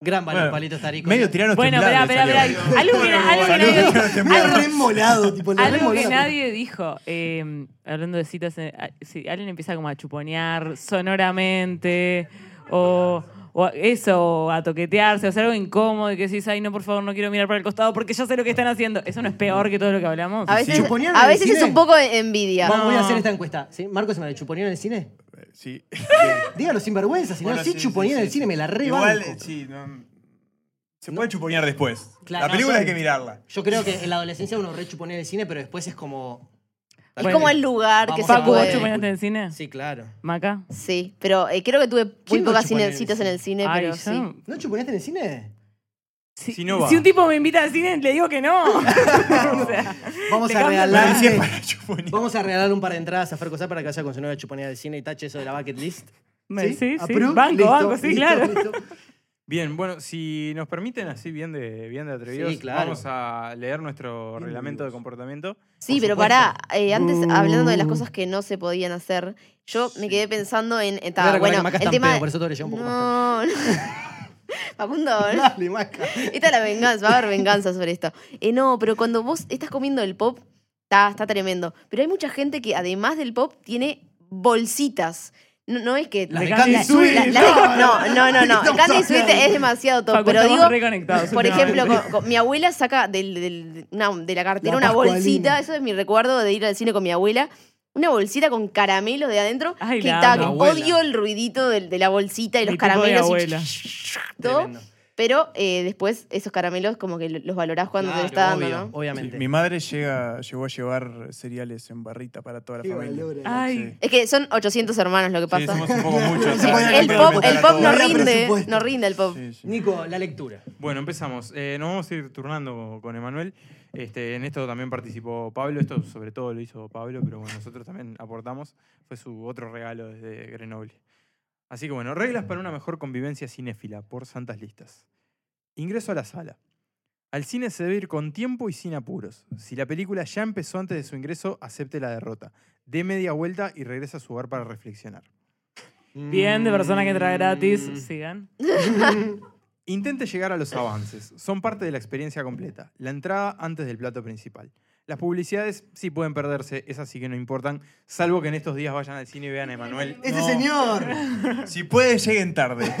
Speaker 1: Gran valor,
Speaker 5: Bueno,
Speaker 1: Palito Estarico.
Speaker 5: Medio tiraron
Speaker 3: Bueno,
Speaker 5: temblores,
Speaker 3: espera, espera,
Speaker 5: salió.
Speaker 3: espera. Algo que, na- algo que
Speaker 5: Salió
Speaker 3: nadie-
Speaker 5: tiraron
Speaker 1: Medio
Speaker 5: temblores.
Speaker 1: remolado, tipo la
Speaker 3: algo que
Speaker 1: remolada.
Speaker 3: nadie dijo. eh, hablando de citas, eh, ah, si alguien empieza como a chuponear sonoramente o, o eso, o a toquetearse, o hacer algo incómodo y que decís, ay, no, por favor, no quiero mirar para el costado porque ya sé lo que están haciendo. ¿Eso no es peor que todo lo que hablamos?
Speaker 2: A veces,
Speaker 1: chuponearon
Speaker 2: a
Speaker 1: al
Speaker 2: veces es
Speaker 1: cine-
Speaker 2: un poco de envidia.
Speaker 1: Vamos, voy a hacer esta encuesta. ¿Sí? Marcos, ¿se me la chuponían en el cine?
Speaker 5: Eh, Sí.
Speaker 1: Dígalo sin vergüenza, si
Speaker 5: Bueno,
Speaker 1: no, sí, chuponían en el
Speaker 5: sí.
Speaker 1: cine, me la rebanco.
Speaker 5: Igual, eh, sí, no- Se puede chuponear después.
Speaker 1: Claro,
Speaker 5: la película
Speaker 1: no,
Speaker 5: hay
Speaker 1: yo-
Speaker 5: que mirarla.
Speaker 1: Yo creo que en la adolescencia uno re chuponea en el cine, pero después es como...
Speaker 2: es
Speaker 3: Bueno.
Speaker 2: como el lugar que
Speaker 1: Vamos
Speaker 2: se
Speaker 1: a
Speaker 3: Facu, ¿vos
Speaker 1: ver.
Speaker 2: puede.
Speaker 3: chuponeaste en el cine?
Speaker 1: Sí, claro.
Speaker 3: ¿Maca?
Speaker 2: Sí, pero eh, creo que tuve muy
Speaker 1: ¿Quién no
Speaker 2: pocas
Speaker 1: chupone en
Speaker 2: cine-
Speaker 1: el
Speaker 2: citas en
Speaker 1: cine?
Speaker 2: el cine,
Speaker 3: Ay,
Speaker 2: pero
Speaker 3: yo
Speaker 2: sí.
Speaker 3: no-
Speaker 1: ¿No chuponeaste en el cine?
Speaker 3: Si,
Speaker 4: Si no va.
Speaker 3: si un tipo me invita al cine, le digo que no. O sea,
Speaker 1: Vamos
Speaker 3: Le
Speaker 1: a
Speaker 3: cambio-
Speaker 1: regalar...
Speaker 5: Pero sí es para chuponear.
Speaker 1: Vamos a regalar un par de entradas a Fer Cosá para que vaya con su novia chuponea del cine y tache eso de la bucket list. Ah,
Speaker 3: me- sí, sí.
Speaker 1: ¿Approve?
Speaker 3: Banco,
Speaker 1: Listo,
Speaker 3: banco, sí,
Speaker 1: listo,
Speaker 3: claro.
Speaker 1: listo.
Speaker 4: Bien, bueno, si nos permiten así bien de, bien de atrevidos,
Speaker 1: Sí, claro.
Speaker 4: vamos a leer nuestro reglamento de comportamiento.
Speaker 2: Sí, pero
Speaker 1: supuesto.
Speaker 2: pará, eh, antes hablando de las cosas que no se podían hacer, yo me quedé pensando en. eh, ta,
Speaker 1: Voy a recordar que
Speaker 2: bueno,
Speaker 1: Maca está
Speaker 2: el
Speaker 1: en
Speaker 2: tema.
Speaker 1: pedo, por eso te lo llevo un poco más
Speaker 2: no, no. Facundo, ¿eh?
Speaker 1: Dale, Maca.
Speaker 2: esta es la venganza, va a haber venganza sobre esto. Eh, no, pero cuando vos estás comiendo el pop, está, está tremendo. Pero hay mucha gente que además del pop tiene bolsitas. No, no es que.
Speaker 1: Las de
Speaker 3: Me
Speaker 1: Candy
Speaker 3: cambia-
Speaker 1: Sweet.
Speaker 2: La- la- no, no, no, no.
Speaker 1: Estamos
Speaker 2: Candy Sweet
Speaker 1: hablando.
Speaker 2: es demasiado top.
Speaker 3: Facu,
Speaker 2: pero
Speaker 3: estamos
Speaker 2: digo,
Speaker 3: reconectados
Speaker 2: por
Speaker 3: últimamente.
Speaker 2: ejemplo, con- con- mi abuela saca del- del- una- de la cartera
Speaker 1: La
Speaker 2: una
Speaker 1: Pascualina.
Speaker 2: bolsita. Eso es mi recuerdo de ir al cine con mi abuela. Una bolsita con caramelos de adentro.
Speaker 3: Ay,
Speaker 2: que
Speaker 3: la
Speaker 2: ta-
Speaker 3: amo.
Speaker 2: que
Speaker 1: Abuela.
Speaker 2: odio el ruidito del- de, la bolsita y los
Speaker 3: Mi tipo de
Speaker 2: caramelos. y
Speaker 3: abuela.
Speaker 2: todo.
Speaker 1: Tremendo.
Speaker 2: Pero eh, después esos caramelos como que lo- los valorás cuando te
Speaker 1: Claro,
Speaker 2: te está dando,
Speaker 1: obvio,
Speaker 2: ¿no?
Speaker 5: Sí,
Speaker 1: Obviamente.
Speaker 5: mi madre llega, llegó a llevar cereales en barrita para toda la
Speaker 1: Qué
Speaker 5: familia.
Speaker 1: valora.
Speaker 3: Ay.
Speaker 2: Es que son 800 hermanos lo que
Speaker 5: Sí,
Speaker 2: pasa.
Speaker 5: somos un poco muchos.
Speaker 1: No se
Speaker 5: o sea,
Speaker 1: podía
Speaker 5: hay
Speaker 2: el
Speaker 5: que
Speaker 2: pop,
Speaker 5: alimentar
Speaker 2: el
Speaker 5: a
Speaker 2: pop
Speaker 5: todos.
Speaker 2: no
Speaker 1: Había
Speaker 2: rinde,
Speaker 1: presupuesto.
Speaker 2: no rinde el pop.
Speaker 5: Sí, sí.
Speaker 1: Nico, la lectura.
Speaker 4: Bueno, empezamos. Eh, nos vamos a ir turnando con Emanuel. Este, en esto también participó Pablo. Esto sobre todo lo hizo Pablo, pero bueno, nosotros también aportamos. Fue su otro regalo desde Grenoble. Así que bueno, reglas para una mejor convivencia cinéfila por santas listas. Ingreso a la sala. Al cine se debe ir con tiempo y sin apuros. Si la película ya empezó antes de su ingreso, acepte la derrota. Dé media vuelta y regrese a su hogar para reflexionar.
Speaker 3: Bien, de persona que entra gratis,
Speaker 1: Mm.
Speaker 3: sigan.
Speaker 4: Intente llegar a los avances. Son parte de la experiencia completa. La entrada antes del plato principal. Las publicidades sí pueden perderse, esas sí que no importan, salvo que en estos días vayan al cine y vean a Emanuel.
Speaker 1: Este
Speaker 5: No.
Speaker 1: señor.
Speaker 5: Si puede, lleguen tarde.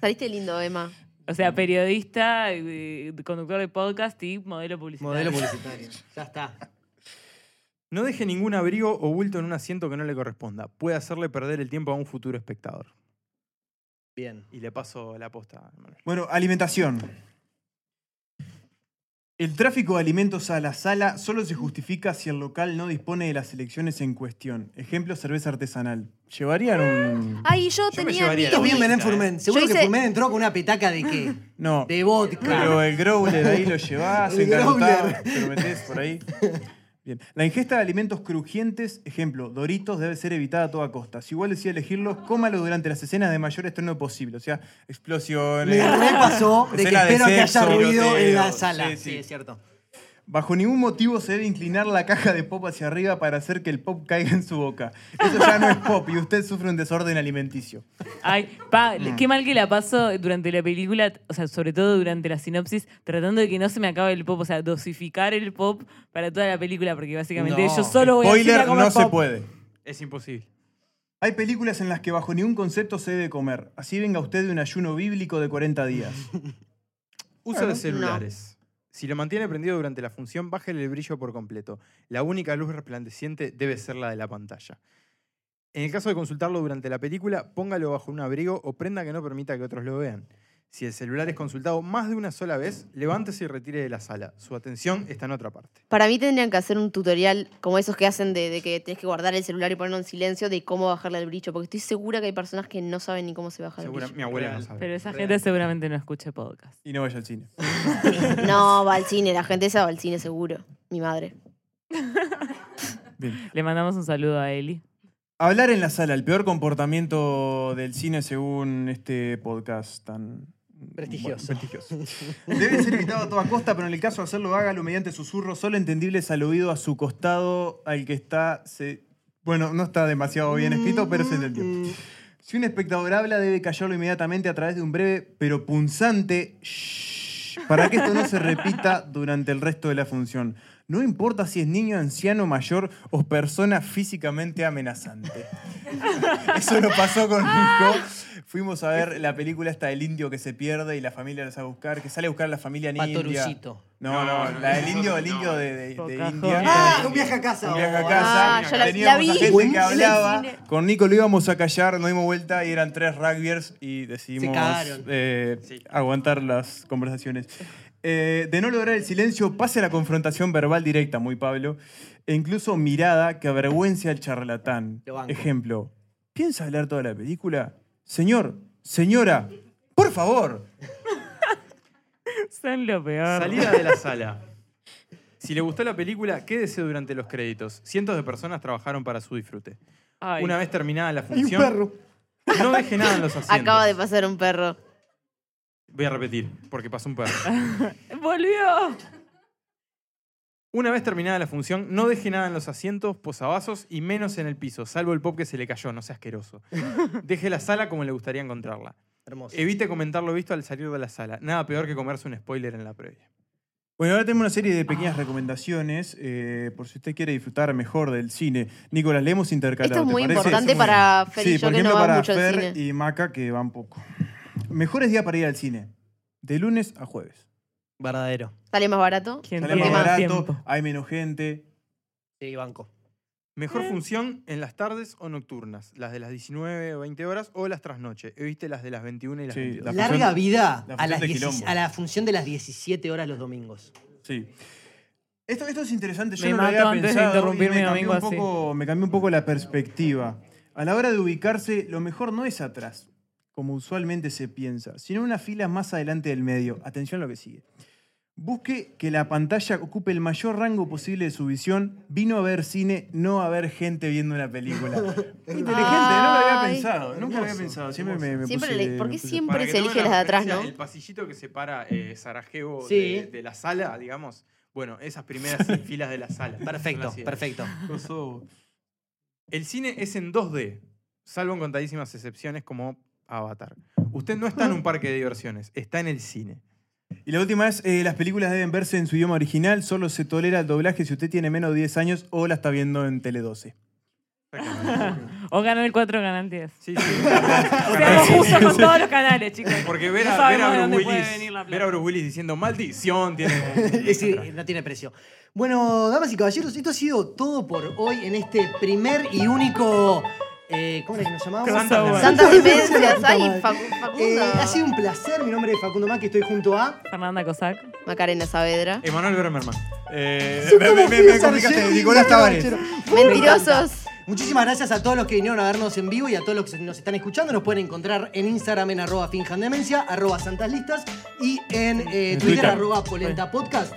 Speaker 2: Saliste lindo, Emma.
Speaker 3: O sea, periodista, eh, conductor de podcast y modelo publicitario.
Speaker 1: Modelo publicitario. Ya está.
Speaker 4: No deje ningún abrigo o bulto en un asiento que no le corresponda. Puede hacerle perder el tiempo a un futuro espectador.
Speaker 1: Bien.
Speaker 4: Y le paso la posta a Emanuel.
Speaker 5: Bueno, alimentación. El tráfico de alimentos a la sala solo se justifica si el local no dispone de las selecciones en cuestión. Ejemplo, cerveza artesanal. ¿Llevarían un...?
Speaker 2: Ay, yo,
Speaker 4: Yo me
Speaker 2: tenía.
Speaker 4: llevaría
Speaker 1: Esto es
Speaker 4: la
Speaker 1: bien
Speaker 4: bolsita,
Speaker 1: Belén
Speaker 4: eh.
Speaker 1: Furmen. Seguro
Speaker 2: Yo
Speaker 1: que
Speaker 2: hice-
Speaker 1: Furmen entró con una petaca de qué?
Speaker 5: No.
Speaker 1: De vodka.
Speaker 5: Pero el growler ahí lo llevás,
Speaker 1: El
Speaker 5: engarrotado,
Speaker 1: growler.
Speaker 5: te lo metés por ahí. Bien. La ingesta de alimentos crujientes, ejemplo, doritos, debe ser evitada a toda costa. Si igual decide elegirlos, cómalo durante las escenas de mayor estreno posible. O sea, explosiones.
Speaker 1: Me repasó de que
Speaker 5: Escena de
Speaker 1: espero que haya
Speaker 5: sexo,
Speaker 1: ruido en la
Speaker 5: tiroteo.
Speaker 1: sala.
Speaker 5: Sí, sí.
Speaker 1: Sí, es cierto.
Speaker 5: Bajo ningún motivo se debe inclinar la caja de pop hacia arriba para hacer que el pop caiga en su boca. Eso ya no es pop y usted sufre un desorden alimenticio.
Speaker 3: Ay, pa, qué mal que la paso durante la película, o sea, sobre todo durante la sinopsis, tratando de que no se me acabe el pop, o sea, dosificar el pop para toda la película, porque básicamente
Speaker 1: No,
Speaker 3: yo solo voy a
Speaker 5: Spoiler,
Speaker 3: a comer
Speaker 5: no se
Speaker 3: pop.
Speaker 5: puede.
Speaker 4: Es imposible.
Speaker 5: Hay películas en las que bajo ningún concepto se debe comer. Así venga usted de un ayuno bíblico de 40 días.
Speaker 4: Uso
Speaker 2: Bueno,
Speaker 4: de celulares. Si lo mantiene prendido durante la función, bájele el brillo por completo. La única luz resplandeciente debe ser la de la pantalla. En el caso de consultarlo durante la película, póngalo bajo un abrigo o prenda que no permita que otros lo vean. Si el celular es consultado más de una sola vez, levántese y retire de la sala. Su atención está en otra parte.
Speaker 2: Para mí tendrían que hacer un tutorial como esos que hacen de, de que tenés que guardar el celular y ponerlo en silencio de cómo bajarle el brillo, porque estoy segura que hay personas que no saben ni cómo se baja el
Speaker 4: Segura-
Speaker 2: brillo.
Speaker 4: mi abuela no
Speaker 1: Real.
Speaker 4: sabe.
Speaker 3: Pero esa
Speaker 1: Real.
Speaker 3: gente seguramente no escuche podcast.
Speaker 5: Y no vaya al cine.
Speaker 2: No, va al cine, la gente esa va al cine seguro. Mi madre.
Speaker 5: Bien.
Speaker 3: Le mandamos un saludo a Eli.
Speaker 5: Hablar en la sala, el peor comportamiento del cine según este podcast tan...
Speaker 1: Prestigioso.
Speaker 5: bueno, prestigioso. Debe ser evitado a toda costa, pero en el caso de hacerlo, hágalo mediante susurros solo entendibles al oído a su costado, al que está... se- Bueno, no está demasiado bien escrito, pero se entendió. Si un espectador habla, debe callarlo inmediatamente a través de un breve pero punzante shhh, para que esto no se repita durante el resto de la función. No importa si es niño, anciano, mayor o persona físicamente amenazante. Eso lo pasó con Nico. Fuimos a ver la película esta del indio que se pierde y la familia los va a buscar, que sale a buscar a la familia en India.
Speaker 1: Patorucito.
Speaker 5: No, no,
Speaker 4: No, no,
Speaker 5: la del
Speaker 4: no,
Speaker 5: indio,
Speaker 4: no.
Speaker 5: el indio de, de- de
Speaker 3: Pocahontas.
Speaker 5: India.
Speaker 1: Ah, un viaje a casa.
Speaker 5: Un viaje a
Speaker 1: Oh,
Speaker 5: casa.
Speaker 2: Ah, yo la-
Speaker 5: Teníamos
Speaker 2: la vi.
Speaker 5: a gente que
Speaker 2: Buenísimo.
Speaker 5: hablaba.
Speaker 2: En el cine.
Speaker 5: Con Nico lo íbamos a callar, nos dimos vuelta y eran tres rugbyers y decidimos
Speaker 1: Se cagaron.
Speaker 5: eh,
Speaker 4: Sí.
Speaker 5: aguantar las conversaciones. Eh, de no lograr el silencio, pase a la confrontación verbal directa, muy Pablo, e incluso mirada que avergüence al charlatán.
Speaker 1: Lo banco.
Speaker 5: Ejemplo, ¿piensa hablar toda la película? Señor, señora, por favor.
Speaker 3: Son lo peor.
Speaker 4: Salida de la sala. Si le gustó la película, quédese durante los créditos. Cientos de personas trabajaron para su disfrute.
Speaker 3: Ay.
Speaker 4: Una vez terminada la
Speaker 1: Hay un
Speaker 4: función,
Speaker 1: perro.
Speaker 4: no deje nada en los asientos.
Speaker 2: Acaba de pasar un perro.
Speaker 4: Voy a repetir, porque pasó un perro.
Speaker 3: Volvió.
Speaker 4: Una vez terminada la función, no deje nada en los asientos, posavasos y menos en el piso, salvo el pop que se le cayó, no sea asqueroso. Deje la sala como le gustaría encontrarla.
Speaker 1: Hermoso.
Speaker 4: Evite comentar lo visto al salir de la sala. Nada peor que comerse un spoiler en la previa.
Speaker 5: Bueno, ahora tenemos una serie de pequeñas recomendaciones eh, por si usted quiere disfrutar mejor del cine. Nicolás, le hemos intercalado.
Speaker 2: Esto es
Speaker 5: ¿te
Speaker 2: muy
Speaker 5: parece?
Speaker 2: importante
Speaker 5: Sí,
Speaker 2: para Fer y
Speaker 5: Sí,
Speaker 2: yo
Speaker 5: por
Speaker 2: que
Speaker 5: ejemplo,
Speaker 2: no
Speaker 5: para
Speaker 2: vamos mucho al
Speaker 5: Fer
Speaker 2: cine.
Speaker 5: y Maca que van poco. Mejores días para ir al cine. De lunes a jueves.
Speaker 1: Verdadero.
Speaker 2: ¿Sale más barato?
Speaker 3: ¿Quién
Speaker 5: Sale
Speaker 2: tiene
Speaker 5: más
Speaker 2: más
Speaker 5: barato,
Speaker 3: tiempo?
Speaker 5: hay menos gente.
Speaker 1: Sí, banco.
Speaker 2: Eh.
Speaker 4: Mejor función en las tardes o nocturnas, las de las 19 o 20 horas o las trasnoche. Evite las de las 21 y las
Speaker 5: Sí,
Speaker 4: 22.
Speaker 5: La
Speaker 1: Larga
Speaker 5: función-
Speaker 1: vida
Speaker 5: la
Speaker 1: a,
Speaker 5: función
Speaker 1: las
Speaker 5: de
Speaker 1: 10
Speaker 5: quilombo.
Speaker 1: a la función de las 17 horas los domingos.
Speaker 5: Sí. Esto, esto es interesante. Yo
Speaker 3: Me
Speaker 5: no lo había
Speaker 3: mato antes de
Speaker 5: pensado
Speaker 3: interrumpir
Speaker 5: y me
Speaker 3: mi
Speaker 5: cambió
Speaker 3: domingo
Speaker 5: un poco- Me cambió un poco la perspectiva. A la hora de ubicarse, lo mejor no es atrás, como usualmente se piensa, sino una fila más adelante del medio. Atención a lo que sigue. Busque que la pantalla ocupe el mayor rango posible de su visión. Vino a ver cine, no a ver gente viendo una película. Muy inteligente, no lo había
Speaker 2: Ay.
Speaker 5: pensado. Nunca lo había
Speaker 1: Hermoso,
Speaker 5: pensado. Siempre
Speaker 1: hermoso.
Speaker 5: me, me
Speaker 2: Siempre
Speaker 5: puse-
Speaker 2: le- ¿por qué
Speaker 5: me puse-
Speaker 2: siempre?
Speaker 4: Para que
Speaker 2: se
Speaker 4: tengan
Speaker 2: elige
Speaker 4: una
Speaker 2: las de atrás,
Speaker 4: referencia,
Speaker 2: ¿no?
Speaker 4: El pasillito que separa eh, Sarajevo
Speaker 1: Sí.
Speaker 4: de, de la sala, digamos. Bueno, esas primeras filas de la sala. Son
Speaker 1: Perfecto,
Speaker 4: así.
Speaker 1: perfecto.
Speaker 5: Coso-
Speaker 4: El cine es en 2D, salvo en contadísimas excepciones como Avatar. Usted no está en un parque de diversiones, está en el cine.
Speaker 5: Y la última es, eh, las películas deben verse en su idioma original, solo se tolera el doblaje si usted tiene menos de 10 años o la está viendo en Tele 12.
Speaker 3: O Canal 4 o Canal 10.
Speaker 4: Sí, sí.
Speaker 3: Seamos justos con todos los canales, chicos.
Speaker 4: Porque ver
Speaker 3: No
Speaker 4: a, ver
Speaker 3: sabemos
Speaker 4: a
Speaker 3: de dónde
Speaker 4: Bruce
Speaker 3: puede venir
Speaker 4: Willis,
Speaker 3: la
Speaker 4: ver a Bruce Willis diciendo maldición tiene.
Speaker 1: Es decir, no tiene precio. Bueno, damas y caballeros, esto ha sido todo por hoy en este primer y único. eh, ¿Cómo era que nos llamábamos?
Speaker 4: Santas de-
Speaker 2: Santas
Speaker 1: La
Speaker 2: Dimensias,
Speaker 1: puta
Speaker 2: ay,
Speaker 1: madre.
Speaker 2: Facu-
Speaker 1: Eh, ha sido
Speaker 2: Facundo.
Speaker 1: un placer. Mi nombre es Facundo Mac, estoy junto a.
Speaker 3: Fernanda Cosac.
Speaker 2: Macarena Saavedra.
Speaker 4: Emanuel Bermerman.
Speaker 5: Eh,
Speaker 1: Son
Speaker 5: me-
Speaker 1: como
Speaker 5: me- me-
Speaker 1: Phil
Speaker 5: me complicaste,
Speaker 1: Sargent y
Speaker 5: Nicolás
Speaker 1: Mario
Speaker 5: Tavares. Eh,
Speaker 1: Banchero.
Speaker 2: Mentirosos.
Speaker 1: Muchísimas gracias a todos los que vinieron a vernos en vivo y a todos los que nos están escuchando. Nos pueden encontrar en Instagram en arroba finjandemencia, arroba santaslistas y en eh,
Speaker 5: En
Speaker 1: Twitter,
Speaker 5: Twitter.
Speaker 1: arroba polentapodcast.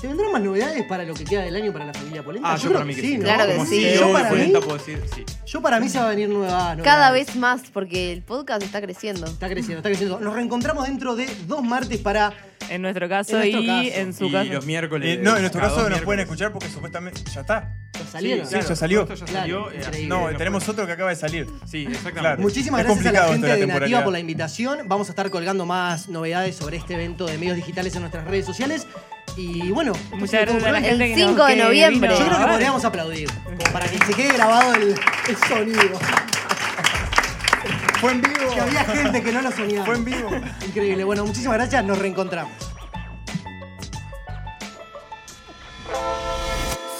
Speaker 1: ¿Se vendrán más novedades para lo que queda del año para la familia Polenta?
Speaker 4: Ah, yo, para mí que sí.
Speaker 1: ¿no?
Speaker 2: Claro que
Speaker 4: Como
Speaker 2: sí.
Speaker 4: CEO
Speaker 1: Yo
Speaker 4: de
Speaker 1: para mí-
Speaker 4: Polenta puedo decir sí.
Speaker 1: Yo para mí se va a venir nueva novedades.
Speaker 2: Cada vez más, porque el podcast está creciendo.
Speaker 1: Está creciendo, está creciendo. Nos reencontramos dentro de dos martes para...
Speaker 3: En nuestro caso
Speaker 1: En nuestro
Speaker 3: y
Speaker 1: caso.
Speaker 3: en su
Speaker 4: Y
Speaker 3: caso.
Speaker 4: los miércoles.
Speaker 5: Eh, no, en nuestro
Speaker 4: cada
Speaker 5: caso
Speaker 4: dos
Speaker 5: nos pueden
Speaker 4: miércoles.
Speaker 5: escuchar porque supuestamente ya está.
Speaker 1: Nos salieron.
Speaker 5: Sí, ya salió.
Speaker 4: Esto ya
Speaker 1: Claro,
Speaker 4: salió. eh, así
Speaker 1: increíble.
Speaker 4: que
Speaker 5: No,
Speaker 4: nos
Speaker 5: tenemos
Speaker 4: pueden-
Speaker 5: otro que acaba de salir.
Speaker 4: Sí, exactamente.
Speaker 5: Claro.
Speaker 1: Muchísimas
Speaker 5: Es
Speaker 1: gracias a la
Speaker 5: complicado
Speaker 1: gente
Speaker 5: esto de
Speaker 1: de
Speaker 5: la
Speaker 1: Nativa
Speaker 5: temporalidad.
Speaker 1: por la invitación. Vamos a estar colgando más novedades sobre este evento de medios digitales en nuestras redes sociales. Y bueno, esto ha sido
Speaker 3: Muchas
Speaker 1: todo
Speaker 3: gracias a
Speaker 1: por
Speaker 3: la
Speaker 1: hoy.
Speaker 3: gente
Speaker 2: El
Speaker 3: que nos-
Speaker 2: 5 de
Speaker 3: que
Speaker 2: noviembre.
Speaker 3: vino.
Speaker 1: Yo creo que
Speaker 3: Vale.
Speaker 1: podríamos aplaudir, como para que se quede grabado el, el sonido.
Speaker 5: Fue en vivo.
Speaker 1: Que había gente que no lo soñaba.
Speaker 5: Fue en vivo.
Speaker 1: Increíble. Bueno, muchísimas gracias. Nos reencontramos.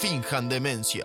Speaker 6: Finjan demencia.